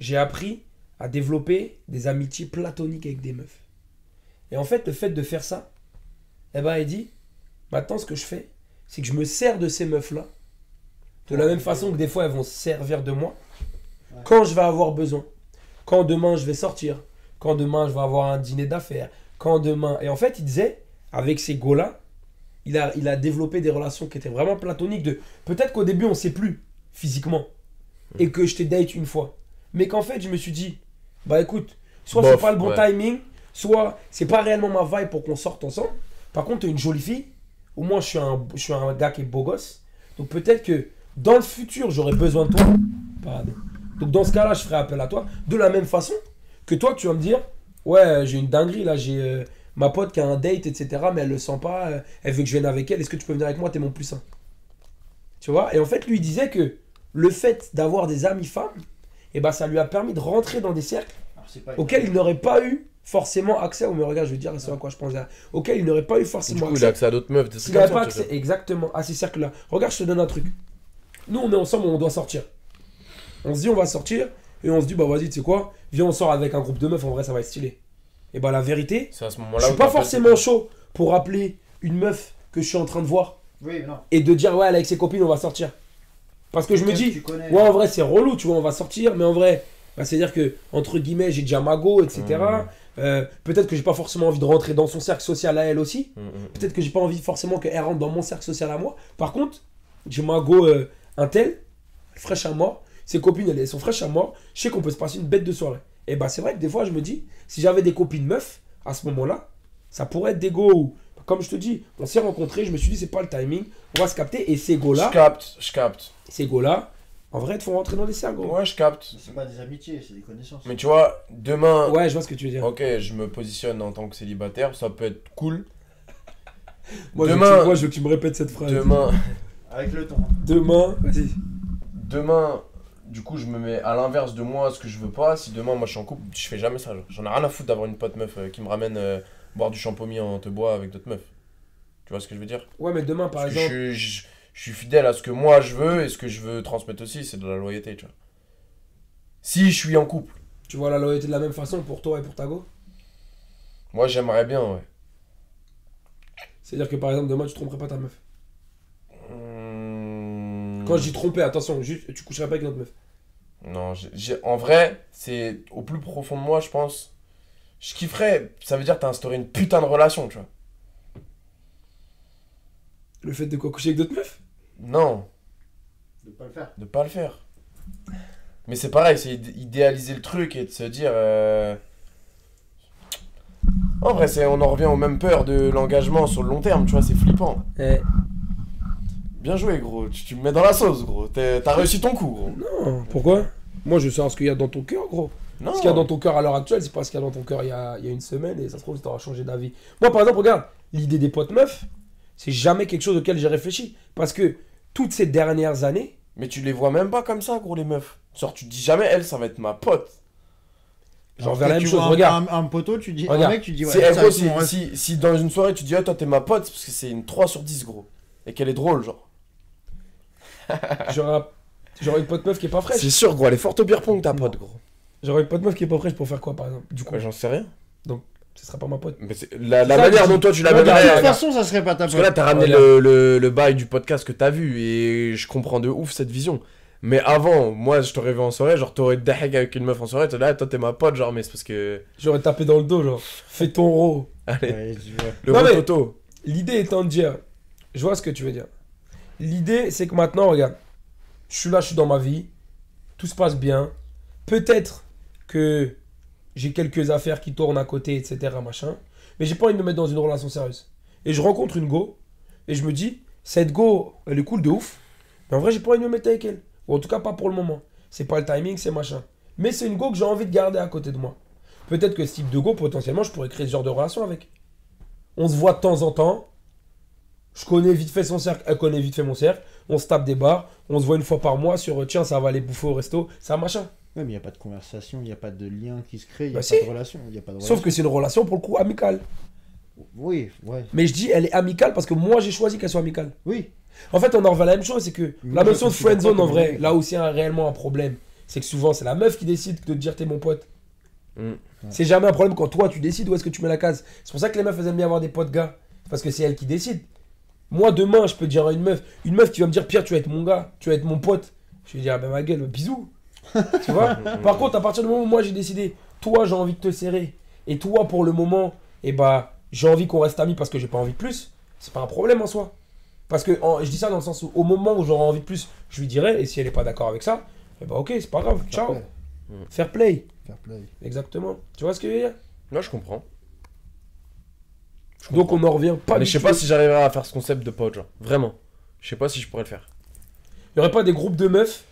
[SPEAKER 1] j'ai appris à développer des amitiés platoniques avec des meufs. Et en fait, le fait de faire ça, eh ben, il dit Maintenant, ce que je fais, c'est que je me sers de ces meufs-là, de la même façon que des fois, elles vont se servir de moi,
[SPEAKER 4] Ouais.
[SPEAKER 1] quand je vais avoir besoin, quand demain, je vais sortir, quand demain, je vais avoir un dîner d'affaires, quand demain... Et en fait, il disait, avec ces gars-là, il a, il a développé des relations qui étaient vraiment platoniques, de peut-être qu'au début, on ne sait plus, physiquement,
[SPEAKER 2] Mm.
[SPEAKER 1] et que je t'ai date une fois. Mais qu'en fait, je me suis dit, bah écoute, soit
[SPEAKER 2] Bof,
[SPEAKER 1] c'est pas le bon
[SPEAKER 2] ouais.
[SPEAKER 1] timing, soit c'est pas réellement ma vibe pour qu'on sorte ensemble. Par contre, t'es une jolie fille, au moins je suis un, je suis un gars qui est beau gosse. Donc peut-être que dans le futur, j'aurai besoin de toi. Pardon. Donc dans ce cas-là, je ferai appel à toi. De la même façon que toi, tu vas me dire, ouais, euh, j'ai une dinguerie là, j'ai euh, ma pote qui a un date, etc. Mais elle le sent pas, euh, elle veut que je vienne avec elle. Est-ce que tu peux venir avec moi T'es mon plus un. Tu vois Et en fait, lui il disait que le fait d'avoir des amis femmes, et ben ça lui a permis de rentrer dans des cercles
[SPEAKER 4] Alors, c'est pas une-
[SPEAKER 1] auxquels il n'aurait pas eu forcément accès. Oh mais regarde, je veux dire ce à quoi je pense là. Auquel il n'aurait pas eu
[SPEAKER 2] Du
[SPEAKER 1] forcément
[SPEAKER 2] coup, il
[SPEAKER 1] accès.
[SPEAKER 2] a accès à d'autres meufs. des
[SPEAKER 1] S'il
[SPEAKER 2] trucs
[SPEAKER 1] n'avait
[SPEAKER 2] comme
[SPEAKER 1] pas
[SPEAKER 2] ça, tu
[SPEAKER 1] accès exactement à ces cercles-là. Regarde, je te donne un truc. Nous, on est ensemble, on doit sortir. On se dit, on va sortir, et on se dit, bah vas-y, tu sais quoi, viens, on sort avec un groupe de meufs, en vrai, ça va être stylé. Et bah la vérité,
[SPEAKER 2] vois. C'est à ce moment-là
[SPEAKER 1] je suis
[SPEAKER 2] où
[SPEAKER 1] pas
[SPEAKER 2] t'as
[SPEAKER 1] forcément
[SPEAKER 2] fait-
[SPEAKER 1] chaud pour appeler une meuf que je suis en train de voir
[SPEAKER 4] Oui, non.
[SPEAKER 1] et de dire, ouais, elle est avec ses copines, on va sortir. Parce que je me
[SPEAKER 4] Quelqu'un
[SPEAKER 1] dis,
[SPEAKER 4] tu connais,
[SPEAKER 1] Ouais, en vrai, c'est relou, tu vois, on va sortir, mais en vrai, bah, c'est-à-dire que, entre guillemets, j'ai déjà ma go, etc.
[SPEAKER 2] Mm.
[SPEAKER 1] Euh, peut-être que j'ai pas forcément envie de rentrer dans son cercle social à elle aussi.
[SPEAKER 2] Mm, mm, mm.
[SPEAKER 1] Peut-être que j'ai pas envie forcément qu'elle rentre dans mon cercle social à moi. Par contre, j'ai ma go euh, un tel, fraîche à mort. Ses copines, elles elles sont fraîches à mort. Je sais qu'on peut se passer une bête de soirée. Et bah, c'est vrai que des fois, je me dis, si j'avais des copines meufs, à ce moment-là, ça pourrait être des go ou. Comme je te dis, on s'est rencontrés, je me suis dit, c'est pas le timing, on va se capter. Et ces go-là,
[SPEAKER 2] Je capte, je capte.
[SPEAKER 1] ces go-là, en vrai, ils te font rentrer dans des cercles. gros.
[SPEAKER 2] Ouais, je capte.
[SPEAKER 4] C'est pas des amitiés, c'est des connaissances.
[SPEAKER 2] Mais tu vois, demain,
[SPEAKER 1] Ouais, je vois ce que tu veux dire.
[SPEAKER 2] ok, je me positionne en tant que célibataire, ça peut être cool.
[SPEAKER 1] Moi, je, veux que
[SPEAKER 2] demain-
[SPEAKER 1] tu, moi, je veux que tu me répètes cette phrase.
[SPEAKER 2] Demain,
[SPEAKER 4] Avec le temps. hein,
[SPEAKER 1] Demain, vas-y.
[SPEAKER 2] demain, du coup, je me mets à l'inverse de moi, ce que je veux pas. Si demain, moi, je suis en couple, je fais jamais ça. genre. J'en ai rien à foutre d'avoir une pote meuf euh, qui me ramène euh, boire du champomis en te bois avec d'autres meufs. Tu vois ce que je veux dire
[SPEAKER 1] Ouais, mais demain, par
[SPEAKER 2] Parce que
[SPEAKER 1] exemple.
[SPEAKER 2] je, suis- je- je suis fidèle à ce que moi je veux et ce que je veux transmettre aussi, c'est de la loyauté, tu vois. Si je suis en couple,
[SPEAKER 1] Tu vois la loyauté de la même façon pour toi et pour ta go
[SPEAKER 2] moi j'aimerais bien, ouais.
[SPEAKER 1] C'est-à-dire que par exemple, demain, tu tromperais pas ta meuf.
[SPEAKER 2] Hmm.
[SPEAKER 1] Quand je dis tromper, attention, juste, tu coucherais pas avec une autre meuf.
[SPEAKER 2] Non, j'ai- j'ai- en vrai, c'est au plus profond de moi, je pense. Je kifferais, ça veut dire que t'as instauré une putain de relation, tu vois.
[SPEAKER 1] Le fait de quoi coucher avec d'autres meufs
[SPEAKER 2] Non,
[SPEAKER 4] De pas le faire.
[SPEAKER 2] de pas le faire. Mais c'est pareil, c'est id- idéaliser le truc et de se dire. euh, En vrai, c'est, on en revient aux mêmes peurs de l'engagement sur le long terme, tu vois, c'est flippant.
[SPEAKER 1] Eh,
[SPEAKER 2] Bien joué, gros. Tu, tu me mets dans la sauce, gros. T'es- T'as réussi ton coup, gros.
[SPEAKER 1] non, pourquoi Moi, je veux savoir ce qu'il y a dans ton cœur, gros.
[SPEAKER 2] Non.
[SPEAKER 1] Ce qu'il y a dans ton cœur à l'heure actuelle, c'est pas ce qu'il y a dans ton cœur il y a, il y a une semaine et ça se trouve, t'auras changé d'avis. Moi, par exemple, regarde, l'idée des potes meufs, c'est jamais quelque chose auquel j'ai réfléchi. Parce que toutes ces dernières années,
[SPEAKER 2] Mais tu les vois même pas comme ça, gros, les meufs. Genre, tu te dis jamais, elle, ça va être ma pote.
[SPEAKER 1] j'en
[SPEAKER 4] Quand
[SPEAKER 1] reviens la même
[SPEAKER 4] tu
[SPEAKER 1] chose.
[SPEAKER 4] vois un-
[SPEAKER 1] Regarde,
[SPEAKER 4] Un, un poteau, tu dis. Un
[SPEAKER 1] Regarde.
[SPEAKER 4] mec, tu dis.
[SPEAKER 2] si,
[SPEAKER 4] ça
[SPEAKER 2] eh,
[SPEAKER 4] va
[SPEAKER 2] gros,
[SPEAKER 4] être
[SPEAKER 2] si,
[SPEAKER 4] mon ref.
[SPEAKER 2] si- si dans une soirée tu dis ah toi t'es ma pote c'est parce que c'est une 3 sur 10 gros et qu'elle est drôle genre.
[SPEAKER 1] j'aurais un- j'aurais une pote meuf qui est pas fraîche.
[SPEAKER 2] sûr gros elle est forte au beer pong ta pote gros.
[SPEAKER 1] J'aurais une pote meuf qui est pas fraîche pour faire quoi, par exemple Du coup,
[SPEAKER 2] Quoi j'en sais rien.
[SPEAKER 1] ce sera pas ma pote.
[SPEAKER 2] Mais c'est- la, la
[SPEAKER 1] ça,
[SPEAKER 2] manière
[SPEAKER 1] je dis.
[SPEAKER 2] dont toi tu
[SPEAKER 1] Ouais,
[SPEAKER 4] De
[SPEAKER 1] mais
[SPEAKER 2] l'amènerais.
[SPEAKER 4] toute
[SPEAKER 2] regarde.
[SPEAKER 4] façon, ça serait pas ta
[SPEAKER 2] Parce que là
[SPEAKER 4] pote.
[SPEAKER 2] t'as ramené
[SPEAKER 1] Regarde.
[SPEAKER 2] le, le, le bail du podcast que t'as vu et je comprends de ouf cette vision. Mais avant moi je t'aurais vu en soirée genre t'aurais dahek avec une meuf en soirée t'aurais dit ah toi t'es ma pote genre mais c'est parce que
[SPEAKER 1] J'aurais tapé dans le dos, genre, fais ton ro.
[SPEAKER 2] allez
[SPEAKER 4] Ouais, tu vois.
[SPEAKER 2] le
[SPEAKER 1] Non,
[SPEAKER 2] gros
[SPEAKER 1] mais-
[SPEAKER 2] toto.
[SPEAKER 1] L'idée étant de dire, je vois ce que tu veux dire. L'idée, c'est que maintenant, regarde, je suis là, je suis dans ma vie, tout se passe bien. Peut-être que j'ai quelques affaires qui tournent à côté, etc., machin. Mais j'ai pas envie de me mettre dans une relation sérieuse. Et je rencontre une go, et je me dis, cette go, elle est cool de ouf, mais en vrai, j'ai pas envie de me mettre avec elle. Ou en tout cas, pas pour le moment. C'est pas le timing, c'est machin. Mais c'est une go que j'ai envie de garder à côté de moi. Peut-être que ce type de go, potentiellement, je pourrais créer ce genre de relation avec. On se voit de temps en temps. Je connais vite fait son cercle, elle connaît vite fait mon cercle. On se tape des bars, on se voit une fois par mois sur euh, tiens, ça va aller bouffer au resto, ça machin.
[SPEAKER 4] Ouais, mais y a pas de conversation, y a pas de lien qui se crée, y a
[SPEAKER 1] Bah
[SPEAKER 4] pas
[SPEAKER 1] si.
[SPEAKER 4] de relation, y a pas de
[SPEAKER 1] Sauf que c'est une relation pour le coup amicale.
[SPEAKER 4] relation. Oui, ouais.
[SPEAKER 1] Mais je dis, elle est amicale parce que moi j'ai choisi qu'elle soit amicale.
[SPEAKER 4] Oui.
[SPEAKER 1] En fait, on en revient à la même chose, c'est que la
[SPEAKER 4] Mais moi, je
[SPEAKER 1] notion de
[SPEAKER 4] suis d'accord
[SPEAKER 1] friendzone en
[SPEAKER 4] que-
[SPEAKER 1] vrai, là où c'est un- réellement un problème, c'est que souvent c'est la meuf qui décide de te dire t'es mon pote.
[SPEAKER 2] Mm.
[SPEAKER 1] C'est jamais un problème quand toi tu décides où est-ce que tu mets la case. C'est pour ça que les meufs elles aiment bien avoir des potes gars. C'est parce que c'est elles qui décident. Moi demain, je peux dire à une meuf, une meuf qui va me dire Pierre, tu vas être mon gars, tu vas être mon pote. Je vais dire ah ben ma gueule, bisous. tu vois Par contre, à partir du moment où moi j'ai décidé, toi j'ai envie de te serrer, et toi pour le moment, et bah j'ai envie qu'on reste amis parce que j'ai pas envie de plus, c'est pas un problème en soi. Parce que en- je dis ça dans le sens où au moment où j'aurai envie de plus, je lui dirai, et si elle est pas d'accord avec ça, et bah ok, c'est pas grave, ciao.
[SPEAKER 4] play.
[SPEAKER 2] Hmm.
[SPEAKER 1] Fair play,
[SPEAKER 4] Fair play.
[SPEAKER 1] exactement. Tu vois ce que je veux dire
[SPEAKER 2] Là je comprends. Je
[SPEAKER 1] Donc on en revient pas
[SPEAKER 2] mais
[SPEAKER 1] du
[SPEAKER 2] je sais
[SPEAKER 1] tout.
[SPEAKER 2] pas si j'arriverai à faire ce concept de pote genre vraiment. Je sais pas si je pourrais le faire.
[SPEAKER 1] Il y aurait pas des groupes de meufs.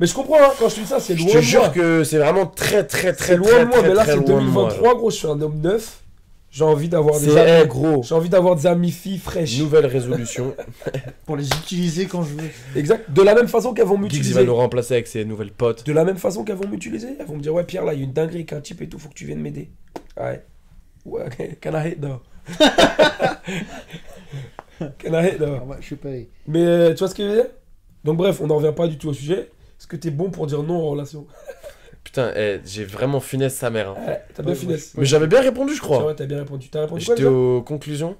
[SPEAKER 1] Mais je comprends, hein, quand je te dis ça, c'est
[SPEAKER 2] Je
[SPEAKER 1] loin
[SPEAKER 2] te
[SPEAKER 1] de moi.
[SPEAKER 2] jure que c'est vraiment très très très
[SPEAKER 1] C'est loin de
[SPEAKER 2] très,
[SPEAKER 1] moi,
[SPEAKER 2] très,
[SPEAKER 1] mais là
[SPEAKER 2] très
[SPEAKER 1] c'est
[SPEAKER 2] loin de moi,
[SPEAKER 1] 2023, gros, je suis un homme neuf. J'ai envie
[SPEAKER 2] genre.
[SPEAKER 1] d'avoir des
[SPEAKER 2] C'est eh,
[SPEAKER 1] amis.
[SPEAKER 2] gros.
[SPEAKER 1] J'ai envie d'avoir des amis filles fraîches.
[SPEAKER 2] Nouvelle résolution.
[SPEAKER 4] Pour les utiliser quand je veux.
[SPEAKER 1] Exact. De la même façon qu'elles vont
[SPEAKER 2] Giggs il va
[SPEAKER 1] m'utiliser.
[SPEAKER 2] nous remplacer avec ses nouvelles potes.
[SPEAKER 1] De la même façon qu'elles vont m'utiliser. Elles vont me dire ouais Pierre là il y a une dinguerie avec un type et tout, faut que tu viennes m'aider. Ouais. Ouais, ok. can I hit though? Can I hit though?
[SPEAKER 4] Ah ouais, je suis payé.
[SPEAKER 1] Mais euh, tu vois ce que je veux dire Donc bref, on n'en revient pas du tout au sujet. Est-ce que t'es bon pour dire non en relation
[SPEAKER 2] Putain, eh, j'ai vraiment finesse sa mère. hein.
[SPEAKER 1] Ouais, T'as bien
[SPEAKER 4] Ouais,
[SPEAKER 1] finesse.
[SPEAKER 2] Mais j'avais bien répondu, je
[SPEAKER 1] C'est
[SPEAKER 2] crois.
[SPEAKER 1] vrai, t'as bien répondu. T'as répondu quoi
[SPEAKER 2] J'étais
[SPEAKER 1] déjà
[SPEAKER 2] aux conclusions.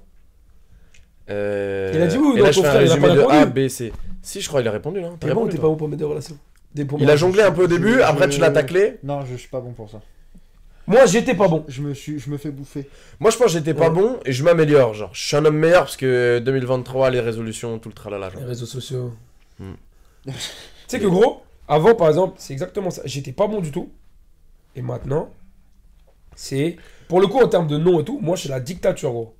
[SPEAKER 2] Euh,
[SPEAKER 1] Il a dit oui ou
[SPEAKER 2] et
[SPEAKER 1] non,
[SPEAKER 2] là, je
[SPEAKER 1] ton
[SPEAKER 2] fais un
[SPEAKER 1] frère, il a
[SPEAKER 2] résumé
[SPEAKER 1] pas
[SPEAKER 2] de A,
[SPEAKER 1] répondu
[SPEAKER 2] B, C. Si, je crois, il a répondu là. T'as
[SPEAKER 1] T'es bon ou
[SPEAKER 2] répondu,
[SPEAKER 1] t'es
[SPEAKER 2] toi.
[SPEAKER 1] pas bon pour mettre des relations Des bons
[SPEAKER 2] Il a
[SPEAKER 1] moments.
[SPEAKER 2] jonglé un peu au
[SPEAKER 4] Je-
[SPEAKER 2] début,
[SPEAKER 4] je-
[SPEAKER 2] après tu l'as taclé.
[SPEAKER 4] Non, je suis pas bon pour ça.
[SPEAKER 1] Moi, j'étais pas bon.
[SPEAKER 4] Je me, suis, je me fais bouffer.
[SPEAKER 2] Moi, je pense que j'étais pas
[SPEAKER 1] Ouais.
[SPEAKER 2] bon et je m'améliore. Genre, je suis un homme meilleur parce que euh, 2023, les résolutions, tout le tralala. genre.
[SPEAKER 1] Les réseaux sociaux.
[SPEAKER 2] Hmm.
[SPEAKER 1] tu sais que gros, avant par exemple, c'est exactement ça. J'étais pas bon du tout. Et maintenant, c'est. Pour le coup, en termes de nom et tout, moi, c'est la dictature, gros.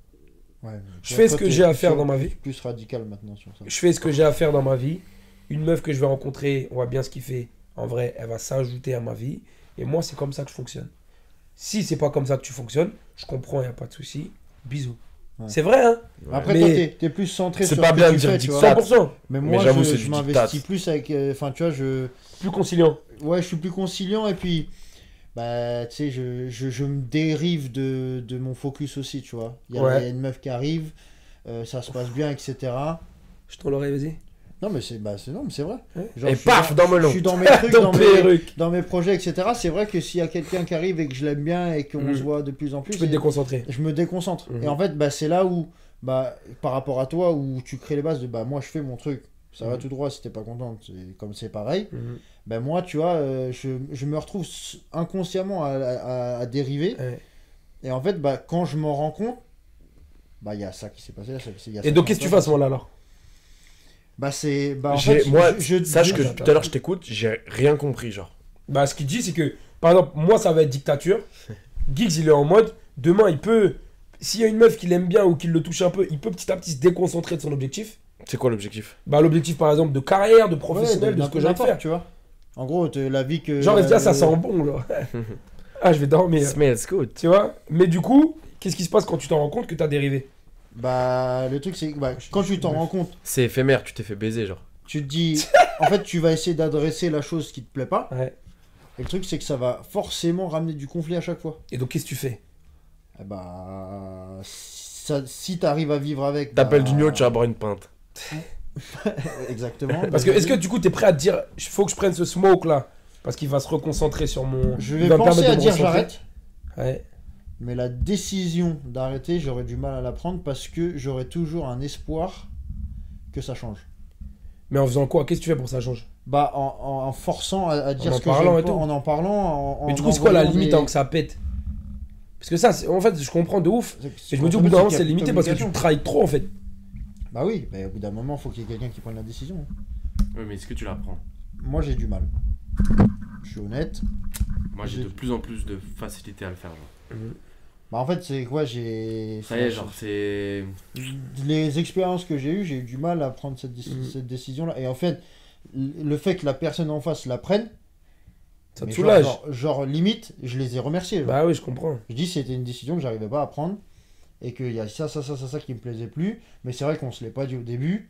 [SPEAKER 4] Ouais,
[SPEAKER 1] Je fais ce que j'ai à faire dans ma vie.
[SPEAKER 4] Plus radical maintenant sur ça.
[SPEAKER 1] Je fais ce que j'ai à faire dans ma vie. Une meuf que je vais rencontrer, on va bien se kiffer. En vrai, elle va s'ajouter à ma vie. Et moi, c'est comme ça que je fonctionne. Si c'est pas comme ça que tu fonctionnes, je comprends, y a pas de souci. Bisous.
[SPEAKER 4] Ouais.
[SPEAKER 1] C'est vrai, hein
[SPEAKER 4] Après,
[SPEAKER 1] Mais-
[SPEAKER 4] toi, t'es- t'es plus centré
[SPEAKER 2] C'est
[SPEAKER 4] sur
[SPEAKER 2] pas
[SPEAKER 4] ce que
[SPEAKER 2] bien
[SPEAKER 4] tu
[SPEAKER 2] de dire
[SPEAKER 4] fais,
[SPEAKER 2] du
[SPEAKER 4] tu vois.
[SPEAKER 2] ça.
[SPEAKER 1] 100%.
[SPEAKER 4] Mais
[SPEAKER 2] Mais
[SPEAKER 4] moi,
[SPEAKER 2] j'avoue,
[SPEAKER 4] je,
[SPEAKER 2] c'est
[SPEAKER 4] je
[SPEAKER 2] du
[SPEAKER 4] m'investis
[SPEAKER 2] dictat.
[SPEAKER 4] plus avec. euh, Enfin, tu vois, je.
[SPEAKER 1] Plus conciliant.
[SPEAKER 4] Ouais, je suis plus conciliant et puis. Bah, tu sais, je, je, je me dérive de, de mon focus aussi, tu vois. Il y, a-
[SPEAKER 1] Ouais.
[SPEAKER 4] il y a une meuf qui arrive, euh, ça se passe bien, etc.
[SPEAKER 1] Je t'en l'aurais, vas-y.
[SPEAKER 4] Non, mais c'est bah, c'est- non, mais c'est vrai.
[SPEAKER 1] Ouais.
[SPEAKER 4] Genre,
[SPEAKER 2] Et
[SPEAKER 4] je suis
[SPEAKER 2] paf, dans
[SPEAKER 4] Je
[SPEAKER 2] Melon.
[SPEAKER 4] suis dans mes trucs, dans,
[SPEAKER 1] Dans
[SPEAKER 4] mes,
[SPEAKER 1] perruque.
[SPEAKER 4] dans mes projets, etc. C'est vrai que s'il y a quelqu'un qui arrive et que je l'aime bien et qu'on
[SPEAKER 1] Mm.
[SPEAKER 4] se voit de plus en plus,
[SPEAKER 1] Tu peux te
[SPEAKER 4] et-
[SPEAKER 1] déconcentrer.
[SPEAKER 4] je me déconcentre.
[SPEAKER 1] Mhm.
[SPEAKER 4] Et en fait, bah, c'est là où, bah, par rapport à toi, où tu crées les bases de bah, moi je fais mon truc. Ça va
[SPEAKER 1] Mhm.
[SPEAKER 4] tout droit si t'es pas contente. C'est- Comme c'est pareil,
[SPEAKER 1] Mhm.
[SPEAKER 4] ben moi, tu vois, euh, je, je me retrouve s- inconsciemment à, à- à dériver.
[SPEAKER 1] Ouais.
[SPEAKER 4] Et en fait, bah, quand je m'en rends compte, bah, il y a ça qui s'est passé. il y a ça qui s'est- il y a
[SPEAKER 1] Et
[SPEAKER 4] ça
[SPEAKER 1] donc,
[SPEAKER 4] qui
[SPEAKER 1] qu'est-ce que tu
[SPEAKER 4] s'est
[SPEAKER 1] fais à
[SPEAKER 4] passé.
[SPEAKER 1] ce moment-là alors
[SPEAKER 4] Bah, c'est. Bah, en
[SPEAKER 2] J'ai-
[SPEAKER 4] fait,
[SPEAKER 2] moi,
[SPEAKER 4] je, je-
[SPEAKER 2] sache
[SPEAKER 4] je-
[SPEAKER 2] que
[SPEAKER 1] attends,
[SPEAKER 2] tout à l'heure, je t'écoute, j'ai rien compris, genre.
[SPEAKER 1] Bah, ce qu'il dit, c'est que, par exemple, moi, ça va être dictature. Giggs, il est en mode, demain, il peut, s'il y a une meuf qui l'aime bien ou qui le touche un peu, il peut petit à petit se déconcentrer de son objectif.
[SPEAKER 2] C'est quoi l'objectif
[SPEAKER 1] Bah, l'objectif, par exemple, de carrière, de
[SPEAKER 4] ouais,
[SPEAKER 1] professionnel, de ce que j'ai à
[SPEAKER 4] n'importe, Euh,
[SPEAKER 1] faire.
[SPEAKER 4] tu vois. En gros, t'es- la vie que.
[SPEAKER 1] Genre, il se dit,
[SPEAKER 4] la-
[SPEAKER 1] ah, ça sent bon, là. ah, je vais
[SPEAKER 4] euh,
[SPEAKER 1] dormir.
[SPEAKER 2] Smells good.
[SPEAKER 1] Tu vois Mais du coup, qu'est-ce qui se passe quand tu t'en rends compte que t'as dérivé
[SPEAKER 4] Bah, le truc, c'est que bah, quand tu t'en rends compte.
[SPEAKER 2] C'est éphémère, tu t'es fait baiser, genre.
[SPEAKER 4] tu te dis en fait tu vas essayer d'adresser la chose qui te plaît pas
[SPEAKER 1] Ouais.
[SPEAKER 4] et le truc c'est que ça va forcément ramener du conflit à chaque fois
[SPEAKER 1] Et donc, qu'est-ce que tu fais
[SPEAKER 4] Eh bah ça- si t'arrives à vivre avec
[SPEAKER 2] T'appelles
[SPEAKER 4] bah,
[SPEAKER 2] du gnocchi, tu vas boire une pinte.
[SPEAKER 4] exactement
[SPEAKER 1] Parce que, est-ce que, du coup, t'es prêt à te dire, faut que je prenne ce smoke, là Parce qu'il va se reconcentrer sur mon.
[SPEAKER 4] je
[SPEAKER 1] il
[SPEAKER 4] vais
[SPEAKER 1] va me
[SPEAKER 4] penser
[SPEAKER 1] permettre de
[SPEAKER 4] à
[SPEAKER 1] me
[SPEAKER 4] dire
[SPEAKER 1] recentrer.
[SPEAKER 4] j'arrête
[SPEAKER 1] Ouais.
[SPEAKER 4] mais la décision d'arrêter j'aurais du mal à la prendre parce que j'aurais toujours un espoir que ça change
[SPEAKER 1] Mais en faisant quoi Qu'est-ce que tu fais pour que ça change
[SPEAKER 4] bah en, en- en forçant à, à dire
[SPEAKER 1] en
[SPEAKER 4] ce que
[SPEAKER 1] parlant
[SPEAKER 4] j'aime
[SPEAKER 1] et
[SPEAKER 4] pas,
[SPEAKER 1] tout.
[SPEAKER 4] en en parlant en,
[SPEAKER 1] Mais
[SPEAKER 4] en
[SPEAKER 1] du coup, c'est quoi la
[SPEAKER 4] envoyant
[SPEAKER 1] limite
[SPEAKER 4] des-
[SPEAKER 1] avant que ça pète Parce que ça, c'est- en fait, je comprends de ouf.
[SPEAKER 4] C'est-
[SPEAKER 1] Et je me dis, au bout d'un moment, c'est limité parce que tu travailles trop, en fait.
[SPEAKER 4] bah oui mais au bout d'un moment faut qu'il y ait quelqu'un qui prenne la décision
[SPEAKER 2] Ouais, mais est-ce que tu la prends
[SPEAKER 4] Moi j'ai du mal. Je suis honnête.
[SPEAKER 5] Moi, j'ai de plus en plus de facilité à le faire. Genre.
[SPEAKER 4] Bah en fait c'est quoi j'ai.
[SPEAKER 5] Ça y est, genre, c'est.
[SPEAKER 4] Les expériences que j'ai eues, j'ai eu du mal à prendre cette, déci-
[SPEAKER 1] Mhm.
[SPEAKER 4] cette décision là. Et en fait, l- le fait que la personne en face la prenne,
[SPEAKER 1] Ça te
[SPEAKER 4] mais
[SPEAKER 1] soulage.
[SPEAKER 4] Genre, genre- genre, limite, je les ai remerciés. genre.
[SPEAKER 1] Bah oui, je comprends.
[SPEAKER 4] Je dis c'était une décision que j'arrivais pas à prendre et qu'il y a ça, ça, ça, ça, ça qui me plaisait plus. Mais c'est vrai qu'on se l'est pas dit au début.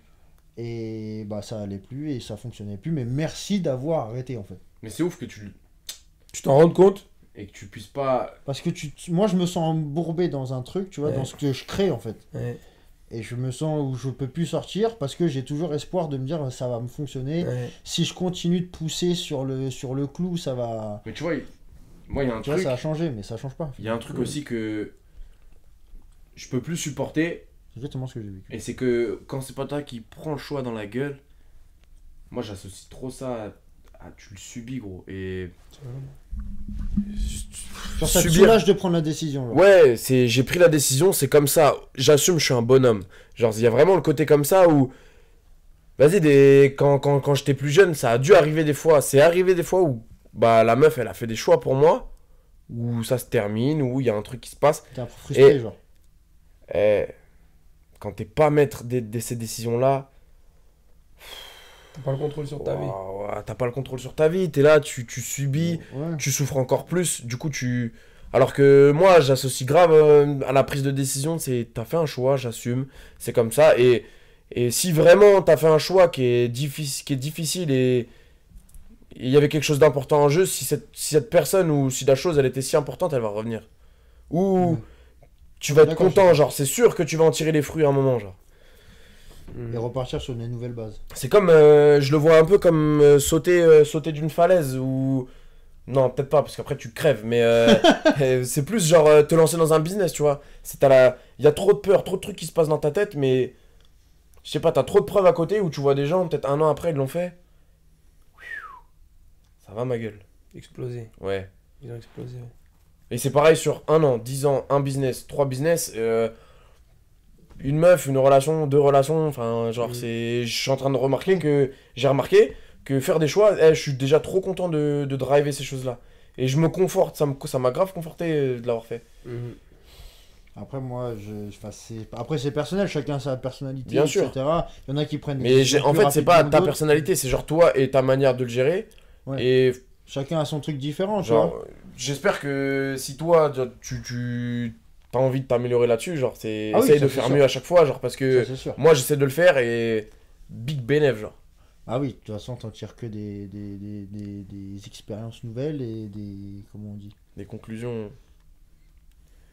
[SPEAKER 4] Et bah ça allait plus et ça fonctionnait plus. Mais merci d'avoir arrêté en fait.
[SPEAKER 5] Mais c'est ouf que tu.
[SPEAKER 1] Tu t'en rends compte
[SPEAKER 5] Et que tu puisses pas.
[SPEAKER 4] Parce que tu, tu- moi je me sens embourbé dans un truc, tu vois,
[SPEAKER 1] Ouais.
[SPEAKER 4] dans ce que je crée en fait.
[SPEAKER 1] Ouais.
[SPEAKER 4] et je me sens où je peux plus sortir parce que j'ai toujours espoir de me dire ça va me fonctionner.
[SPEAKER 1] Ouais.
[SPEAKER 4] Si je continue de pousser sur le, sur le clou, ça va.
[SPEAKER 5] Mais tu vois, il- moi, il y a un
[SPEAKER 4] Tu vois,
[SPEAKER 5] truc.
[SPEAKER 4] ça a changé, mais ça change pas.
[SPEAKER 5] Il y a un truc
[SPEAKER 1] Ouais.
[SPEAKER 5] aussi que. Je peux plus supporter.
[SPEAKER 4] C'est exactement ce que j'ai vécu.
[SPEAKER 5] Et c'est que quand c'est pas toi qui prends le choix dans la gueule. Moi, j'associe trop ça à. à- tu le subis, gros. Et.
[SPEAKER 4] Genre, ça te
[SPEAKER 2] Subir.
[SPEAKER 4] soulage de prendre la décision. genre.
[SPEAKER 2] Ouais, c'est j'ai pris la décision, c'est comme ça. J'assume, je suis un bonhomme. Genre, il y a vraiment le côté comme ça où. Vas-y, des... quand, quand, quand j'étais plus jeune, ça a dû arriver des fois. C'est arrivé des fois où bah, la meuf, elle a fait des choix pour moi, où ça se termine, où il y a un truc qui se passe.
[SPEAKER 4] T'es un peu frustré,
[SPEAKER 2] Et-
[SPEAKER 4] genre.
[SPEAKER 2] Eh, quand t'es pas maître de, de ces décisions-là,
[SPEAKER 1] T'as pas le contrôle sur ta vie.
[SPEAKER 2] waouh, waouh, t'as pas le contrôle sur ta vie. T'es là, tu, tu subis.
[SPEAKER 4] Ouais.
[SPEAKER 2] tu souffres encore plus. Du coup, tu. Alors que moi, j'associe grave euh, à la prise de décision, c'est t'as fait un choix, j'assume, c'est comme ça. Et, et si vraiment t'as fait un choix qui est, difficile qui est difficile et et il y avait quelque chose d'important en jeu, si cette, si cette personne ou si la chose elle était si importante, elle va revenir. Ou
[SPEAKER 4] Ouais.
[SPEAKER 2] tu vas être
[SPEAKER 4] D'accord,
[SPEAKER 2] content, genre c'est sûr que tu vas en tirer les fruits à un moment, genre.
[SPEAKER 4] Et repartir sur des nouvelles bases.
[SPEAKER 2] C'est comme, euh, je le vois un peu comme euh, sauter, euh, sauter d'une falaise ou... Non, peut-être pas, parce qu'après tu crèves, mais euh, euh, c'est plus genre euh, te lancer dans un business, tu vois. C'est à la... Il y a trop de peur, trop de trucs qui se passent dans ta tête, mais... Je sais pas, t'as trop de preuves à côté où tu vois des gens, peut-être un an après, ils l'ont fait. Ça va ma gueule.
[SPEAKER 1] Exploser.
[SPEAKER 2] Ouais.
[SPEAKER 1] Ils ont explosé. ouais.
[SPEAKER 2] Et c'est pareil sur un an, 10 ans, un business, trois business. euh, une meuf, une relation, deux relations. Enfin, genre,
[SPEAKER 1] Mm.
[SPEAKER 2] c'est. Je suis en train de remarquer que. J'ai remarqué que faire des choix, eh, je suis déjà trop content de, de driver ces choses-là. Et je me conforte, ça me- ça m'a grave conforté euh, de l'avoir fait.
[SPEAKER 4] Mm. Après, moi, je, je- enfin, c'est- après c'est personnel, chacun sa personnalité,
[SPEAKER 2] Bien sûr.
[SPEAKER 4] etc. Il y en a qui prennent des
[SPEAKER 2] Mais
[SPEAKER 4] décisions
[SPEAKER 2] j'ai- en
[SPEAKER 4] plus
[SPEAKER 2] fait, c'est
[SPEAKER 4] rapides
[SPEAKER 2] pas
[SPEAKER 4] que
[SPEAKER 2] ta
[SPEAKER 4] d'autres.
[SPEAKER 2] personnalité, c'est genre toi et ta manière de le gérer.
[SPEAKER 4] Ouais.
[SPEAKER 2] Et
[SPEAKER 4] Chacun a son truc différent, tu vois.
[SPEAKER 2] Genre, euh, j'espère que si toi, genre, tu, tu as envie de t'améliorer là-dessus, genre, c'est
[SPEAKER 4] Ah oui,
[SPEAKER 2] essaye
[SPEAKER 4] ça,
[SPEAKER 2] de
[SPEAKER 4] c'est
[SPEAKER 2] faire
[SPEAKER 4] sûr.
[SPEAKER 2] mieux à chaque fois, genre, parce
[SPEAKER 4] Ça,
[SPEAKER 2] que
[SPEAKER 4] c'est sûr.
[SPEAKER 2] moi, j'essaie de le faire et big bénéf, genre.
[SPEAKER 4] Ah oui, de toute façon, t'en tires que des, des, des, des, des expériences nouvelles et des. Comment on dit
[SPEAKER 2] Des conclusions.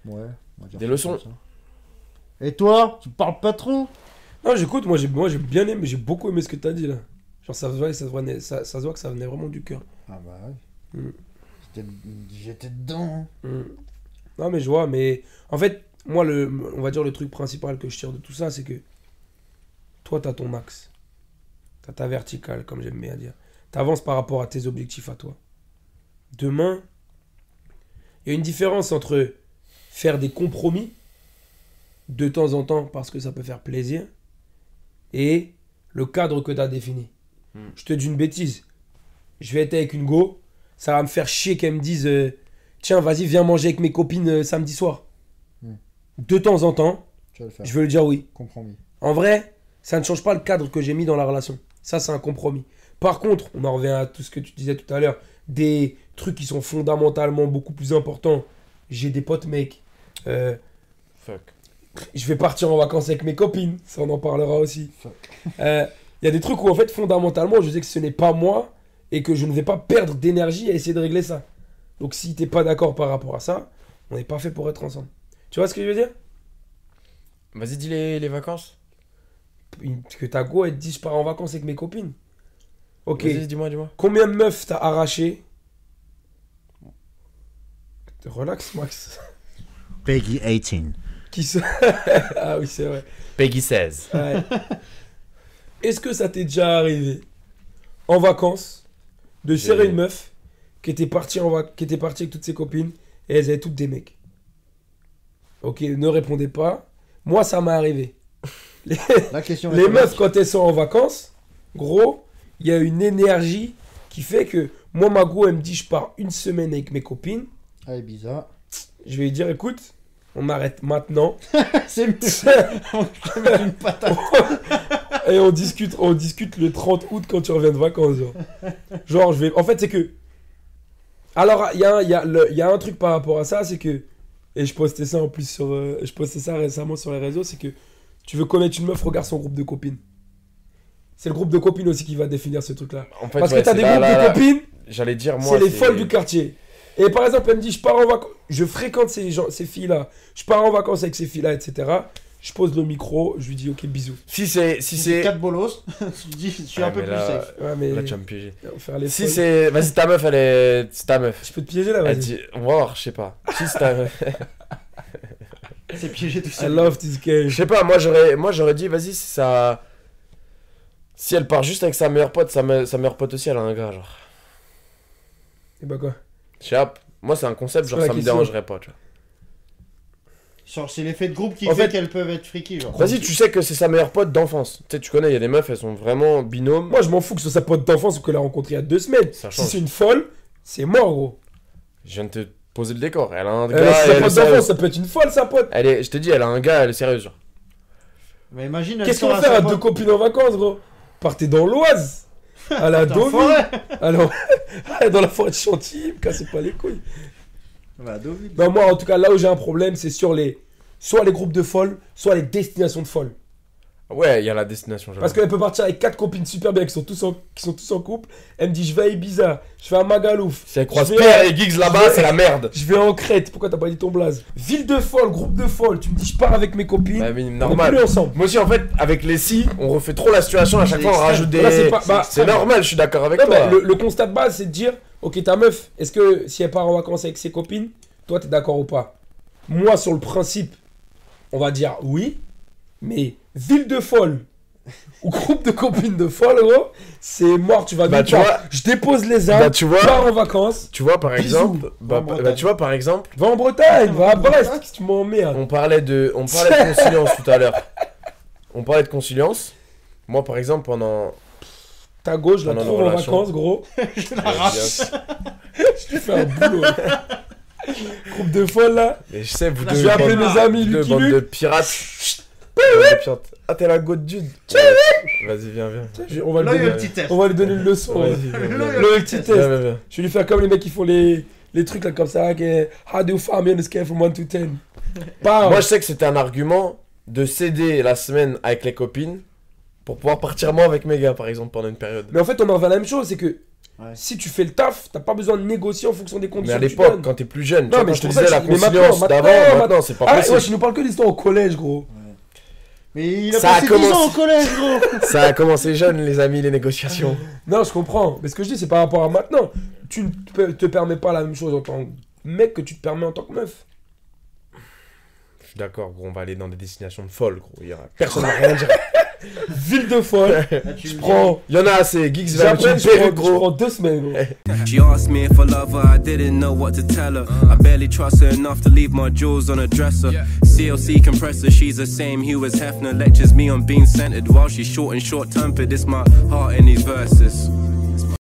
[SPEAKER 4] Ouais. on va dire
[SPEAKER 2] Des
[SPEAKER 4] ça
[SPEAKER 2] leçons.
[SPEAKER 4] comme ça. Et toi, tu parles pas trop
[SPEAKER 1] Non, j'écoute, moi j'ai moi, j'ai bien aimé, j'ai beaucoup aimé ce que t'as dit là. Genre, ça se, voit, ça, se voit- ça- ça se voit que ça venait vraiment du cœur.
[SPEAKER 4] Ah bah oui.
[SPEAKER 1] Mm.
[SPEAKER 4] J'étais- J'étais dedans. hein.
[SPEAKER 1] Mm. Non, mais je vois, mais en fait, moi, le, on va dire le truc principal que je tire de tout ça, c'est que toi, t'as ton axe. T'as ta verticale, comme j'aime bien dire. T'avances par rapport à tes objectifs à toi. Demain, il y a une différence entre faire des compromis de temps en temps parce que ça peut faire plaisir et le cadre que t'as défini.
[SPEAKER 5] Mm.
[SPEAKER 1] Je te dis une bêtise. Je vais être avec une go, ça va me faire chier qu'elle me dise. euh, tiens, vas-y, viens manger avec mes copines euh, samedi soir.
[SPEAKER 4] Mm.
[SPEAKER 1] De temps en temps,
[SPEAKER 4] Tu vas le faire.
[SPEAKER 1] je veux lui dire oui.
[SPEAKER 4] Compromis.
[SPEAKER 1] En vrai, ça ne change pas le cadre que j'ai mis dans la relation. Ça, c'est un compromis. Par contre, on en revient à tout ce que tu disais tout à l'heure, des trucs qui sont fondamentalement beaucoup plus importants. J'ai des potes mecs. Euh,
[SPEAKER 2] Fuck.
[SPEAKER 1] je vais partir en vacances avec mes copines. Ça, on en parlera aussi.
[SPEAKER 4] Fuck.
[SPEAKER 1] Euh, Il y a des trucs où, en fait, fondamentalement, je sais que ce n'est pas moi et que je ne vais pas perdre d'énergie à essayer de régler ça. Donc, si t'es pas d'accord par rapport à ça, on n'est pas fait pour être ensemble. Tu vois ce que je veux dire
[SPEAKER 2] Vas-y, dis les, les vacances.
[SPEAKER 1] Une- Que ta go, elle te dit je pars en vacances avec mes copines. Ok.
[SPEAKER 2] Vas-y, dis-moi, dis-moi.
[SPEAKER 1] Combien de meufs t'as arraché Relax, Max.
[SPEAKER 4] Peggy 18.
[SPEAKER 1] Qui se... ah oui, c'est vrai.
[SPEAKER 2] Peggy 16.
[SPEAKER 1] Ouais. Est-ce que ça t'est déjà arrivé en vacances de serrer
[SPEAKER 2] J'ai-
[SPEAKER 1] une meuf qui était partie en vac- qui était partie avec toutes ses copines et elles avaient toutes des mecs Ok, ne répondez pas. Moi, ça m'est arrivé. Les,
[SPEAKER 4] La question
[SPEAKER 1] les
[SPEAKER 4] est-
[SPEAKER 1] meufs quand elles sont en vacances, gros, il y a une énergie qui fait que moi, ma go, elle me dit je pars une semaine avec mes copines.
[SPEAKER 4] Ah, Ibiza.
[SPEAKER 1] Je vais lui dire écoute, on arrête maintenant.
[SPEAKER 4] c'est mieux. une patate.
[SPEAKER 1] Et on discute, on discute le 30 août quand tu reviens de vacances. Genre, Genre, je vais. En fait, c'est que. Alors, il y a, un- il y a le- il y a un truc par rapport à ça, c'est que. Et je postais ça en plus sur. euh, Je postais ça récemment sur les réseaux, c'est que. Tu veux connaître une meuf, regarde son groupe de copines. C'est le groupe de copines aussi qui va définir ce truc-là.
[SPEAKER 2] En fait,
[SPEAKER 1] Parce
[SPEAKER 2] ouais,
[SPEAKER 1] que t'as
[SPEAKER 2] c'est
[SPEAKER 1] des
[SPEAKER 2] là,
[SPEAKER 1] groupes
[SPEAKER 2] là,
[SPEAKER 1] de
[SPEAKER 2] là.
[SPEAKER 1] copines,
[SPEAKER 2] J'allais dire, moi.
[SPEAKER 1] c'est les folles du quartier. Et par exemple, elle me dit, je pars en vacances, je fréquente ces, gens, ces filles-là, je pars en vacances avec ces filles-là, etc. Je pose le micro, je lui dis, ok, bisous.
[SPEAKER 2] Si c'est. Si
[SPEAKER 4] Si c'est
[SPEAKER 2] c'est.
[SPEAKER 4] 4 bolos, tu te dis, je suis
[SPEAKER 2] Ah,
[SPEAKER 4] un peu
[SPEAKER 2] mais
[SPEAKER 4] plus
[SPEAKER 2] là-
[SPEAKER 4] safe.
[SPEAKER 1] Ouais, mais...
[SPEAKER 2] Là, tu vas me piéger.
[SPEAKER 1] Faire les
[SPEAKER 2] Si
[SPEAKER 1] folles.
[SPEAKER 2] c'est. Vas-y, ta meuf, elle est. C'est ta meuf.
[SPEAKER 1] Je peux te piéger là,
[SPEAKER 2] Elle
[SPEAKER 1] vas-y.
[SPEAKER 2] dit. Voir, je sais pas. Si c'est ta meuf.
[SPEAKER 4] C'est piégé tout
[SPEAKER 1] I
[SPEAKER 4] seul.
[SPEAKER 1] love this game.
[SPEAKER 2] Je sais pas, moi j'aurais, moi j'aurais dit, vas-y, si ça. Si elle part juste avec sa meilleure pote, sa, me- sa meilleure pote aussi, elle a un gars, genre.
[SPEAKER 1] Et bah quoi
[SPEAKER 2] Je sais pas, moi c'est un concept,
[SPEAKER 1] C'est
[SPEAKER 2] genre
[SPEAKER 1] pas
[SPEAKER 2] ça
[SPEAKER 1] la
[SPEAKER 2] me
[SPEAKER 1] question.
[SPEAKER 2] dérangerait pas, tu vois.
[SPEAKER 4] Genre, c'est l'effet de groupe qui
[SPEAKER 2] En
[SPEAKER 4] fait
[SPEAKER 2] fait-
[SPEAKER 4] qu'elles peuvent être freaky. Genre.
[SPEAKER 2] Vas-y, tu sais que c'est sa meilleure pote d'enfance. Tu sais, tu connais, il y a des meufs, elles sont vraiment binômes.
[SPEAKER 1] Moi, je m'en fous que ce soit sa pote d'enfance ou que l'a rencontré il y a deux semaines.
[SPEAKER 2] Ça
[SPEAKER 1] Si
[SPEAKER 2] change.
[SPEAKER 1] c'est une folle, c'est mort, gros.
[SPEAKER 2] Je viens de te poser le décor. Elle a un
[SPEAKER 1] Elle,
[SPEAKER 2] gars,
[SPEAKER 1] si
[SPEAKER 2] elle,
[SPEAKER 1] sa
[SPEAKER 2] est
[SPEAKER 1] pote
[SPEAKER 2] sérieuse.
[SPEAKER 1] d'enfance, ça peut être une folle, sa pote.
[SPEAKER 2] Elle est, je te dis, elle a un gars, elle est sérieuse, genre.
[SPEAKER 4] Mais imagine,
[SPEAKER 1] Qu'est-ce qu'on va faire à deux copines en vacances, gros Partez dans l'Oise. À la Deauville.
[SPEAKER 4] forêt
[SPEAKER 1] Alors, dans la forêt de Chantilly, me cassez pas les couilles.
[SPEAKER 4] Bah, Deauville.
[SPEAKER 1] Non, moi, en tout cas, là où j'ai un problème, c'est sur les. Soit les groupes de folles, soit les destinations de folles.
[SPEAKER 2] Ouais, il y a la destination, genre.
[SPEAKER 1] Parce qu'elle peut partir avec quatre copines super bien qui sont tous en, qui sont tous en couple. Elle me dit Je vais à Ibiza, je vais à Magalouf,
[SPEAKER 2] Si elle croise
[SPEAKER 1] Je vais-
[SPEAKER 2] Pierre et Giggs là-bas, c'est la merde.
[SPEAKER 1] Je vais en Crète, pourquoi t'as pas dit ton blaze Ville de folle, groupe de folle, tu me dis je pars avec mes copines,
[SPEAKER 2] Bah, minime,
[SPEAKER 1] on est
[SPEAKER 2] normal.
[SPEAKER 1] plus ensemble.
[SPEAKER 2] Moi aussi, en fait, avec les si, on refait trop la situation, à chaque
[SPEAKER 4] C'est
[SPEAKER 2] fois on rajoute des.
[SPEAKER 1] Là, c'est pas- bah,
[SPEAKER 2] C'est normal, je suis d'accord avec
[SPEAKER 1] Non,
[SPEAKER 2] toi.
[SPEAKER 1] mais le, le constat de base c'est de dire, ok ta meuf, est-ce que si elle part en vacances avec ses copines, toi t'es d'accord ou pas Moi sur le principe, on va dire oui, mais ville de folle, ou groupe de copines de folle, gros, c'est mort, tu vas
[SPEAKER 2] Bah,
[SPEAKER 1] nulle
[SPEAKER 2] tu
[SPEAKER 1] part.
[SPEAKER 2] vois-
[SPEAKER 1] Je dépose les
[SPEAKER 2] Bah,
[SPEAKER 1] armes,
[SPEAKER 2] tu
[SPEAKER 1] je pars
[SPEAKER 2] vois,
[SPEAKER 1] en vacances,
[SPEAKER 2] tu vois, par
[SPEAKER 1] Bisous.
[SPEAKER 2] exemple, bah,
[SPEAKER 4] en
[SPEAKER 2] bah,
[SPEAKER 4] Bretagne.
[SPEAKER 2] tu vois, par exemple,
[SPEAKER 1] va en Bretagne, va à
[SPEAKER 4] Putain,
[SPEAKER 1] Brest, tu m'emmerdes.
[SPEAKER 2] on parlait de, on parlait de conciliance tout à l'heure. On parlait de conciliance. Moi, par exemple, pendant.
[SPEAKER 1] Ta gauche, je la
[SPEAKER 2] Pendant nos
[SPEAKER 1] trouve en
[SPEAKER 2] relations.
[SPEAKER 1] vacances, gros. Je te fais un boulot. groupe de folle, là.
[SPEAKER 2] Mais je sais, vous
[SPEAKER 1] Bah,
[SPEAKER 6] Je
[SPEAKER 2] deux.
[SPEAKER 6] vais appeler
[SPEAKER 2] bandes-
[SPEAKER 6] mes
[SPEAKER 1] amis,
[SPEAKER 2] deux
[SPEAKER 1] Lucky
[SPEAKER 2] bandes
[SPEAKER 1] Luke.
[SPEAKER 2] de pirates. Bandes de pirates. Ah, t'es la goutte d'huile. Vas-y, viens, viens.
[SPEAKER 1] Je- On va,
[SPEAKER 4] Là,
[SPEAKER 1] lui
[SPEAKER 4] il y a
[SPEAKER 1] donner,
[SPEAKER 4] un petit test.
[SPEAKER 1] on va lui donner une leçon. ouais.
[SPEAKER 2] Vas-y, viens, viens, viens.
[SPEAKER 1] Le petit test.
[SPEAKER 2] Viens, viens, viens.
[SPEAKER 1] Je vais lui faire comme les mecs qui font les, les trucs là comme ça. Que, How do you farm on a scale from 1 to hein. 10 Bam
[SPEAKER 2] Moi, je sais que c'était un argument de céder la semaine avec les copines pour pouvoir partir moi avec mes gars, par exemple, pendant une période.
[SPEAKER 1] Mais en fait, on en revient à la même chose. C'est que
[SPEAKER 4] Ouais.
[SPEAKER 1] si tu fais le taf, t'as pas besoin de négocier en fonction des
[SPEAKER 2] Mais
[SPEAKER 1] conditions.
[SPEAKER 2] à
[SPEAKER 1] que tu
[SPEAKER 2] l'époque,
[SPEAKER 1] donnes.
[SPEAKER 2] quand t'es plus jeune, tu
[SPEAKER 1] Non,
[SPEAKER 2] vois,
[SPEAKER 1] mais
[SPEAKER 2] quand je
[SPEAKER 1] c'est
[SPEAKER 2] te
[SPEAKER 1] pour ça
[SPEAKER 2] disais
[SPEAKER 1] que
[SPEAKER 2] la
[SPEAKER 1] je dis, mais maintenant,
[SPEAKER 2] conciliance d'avant,
[SPEAKER 1] maintenant,
[SPEAKER 2] maintenant, c'est pas
[SPEAKER 1] Ah, ouais,
[SPEAKER 2] possible.
[SPEAKER 1] tu nous parles que de l'histoire au collège, gros.
[SPEAKER 4] Mais il a
[SPEAKER 2] Ça a
[SPEAKER 4] passé 10 ans au
[SPEAKER 2] commencé.
[SPEAKER 4] collège, gros.
[SPEAKER 2] Ça a commencé jeune, les amis, les négociations.
[SPEAKER 1] Non, je comprends. Mais ce que je dis, c'est par rapport à maintenant. Tu ne pe- te permets pas la même chose en tant que mec que tu te permets en tant que meuf.
[SPEAKER 2] Je suis d'accord, gros, on va aller dans des destinations de folles, gros. Il y aura- Personne
[SPEAKER 1] Ah.
[SPEAKER 2] va rien dire.
[SPEAKER 1] Ville de folle.
[SPEAKER 4] Là, Ah, tu
[SPEAKER 1] Je
[SPEAKER 4] me
[SPEAKER 1] prends.
[SPEAKER 2] Il y en a assez. Geeks va mettre
[SPEAKER 1] J'appelle, Eh,
[SPEAKER 2] une
[SPEAKER 1] je prends,
[SPEAKER 2] perruque,
[SPEAKER 1] je
[SPEAKER 2] gros.
[SPEAKER 1] prends deux semaines, gros.
[SPEAKER 3] She asked me if I love her, I didn't know what to tell her. I barely trust her enough to leave my jewels on a dresser. CLC compressor, she's the same hue as Hefner. Lectures me on being centered while she's short and short tempered. It's my heart in these verses.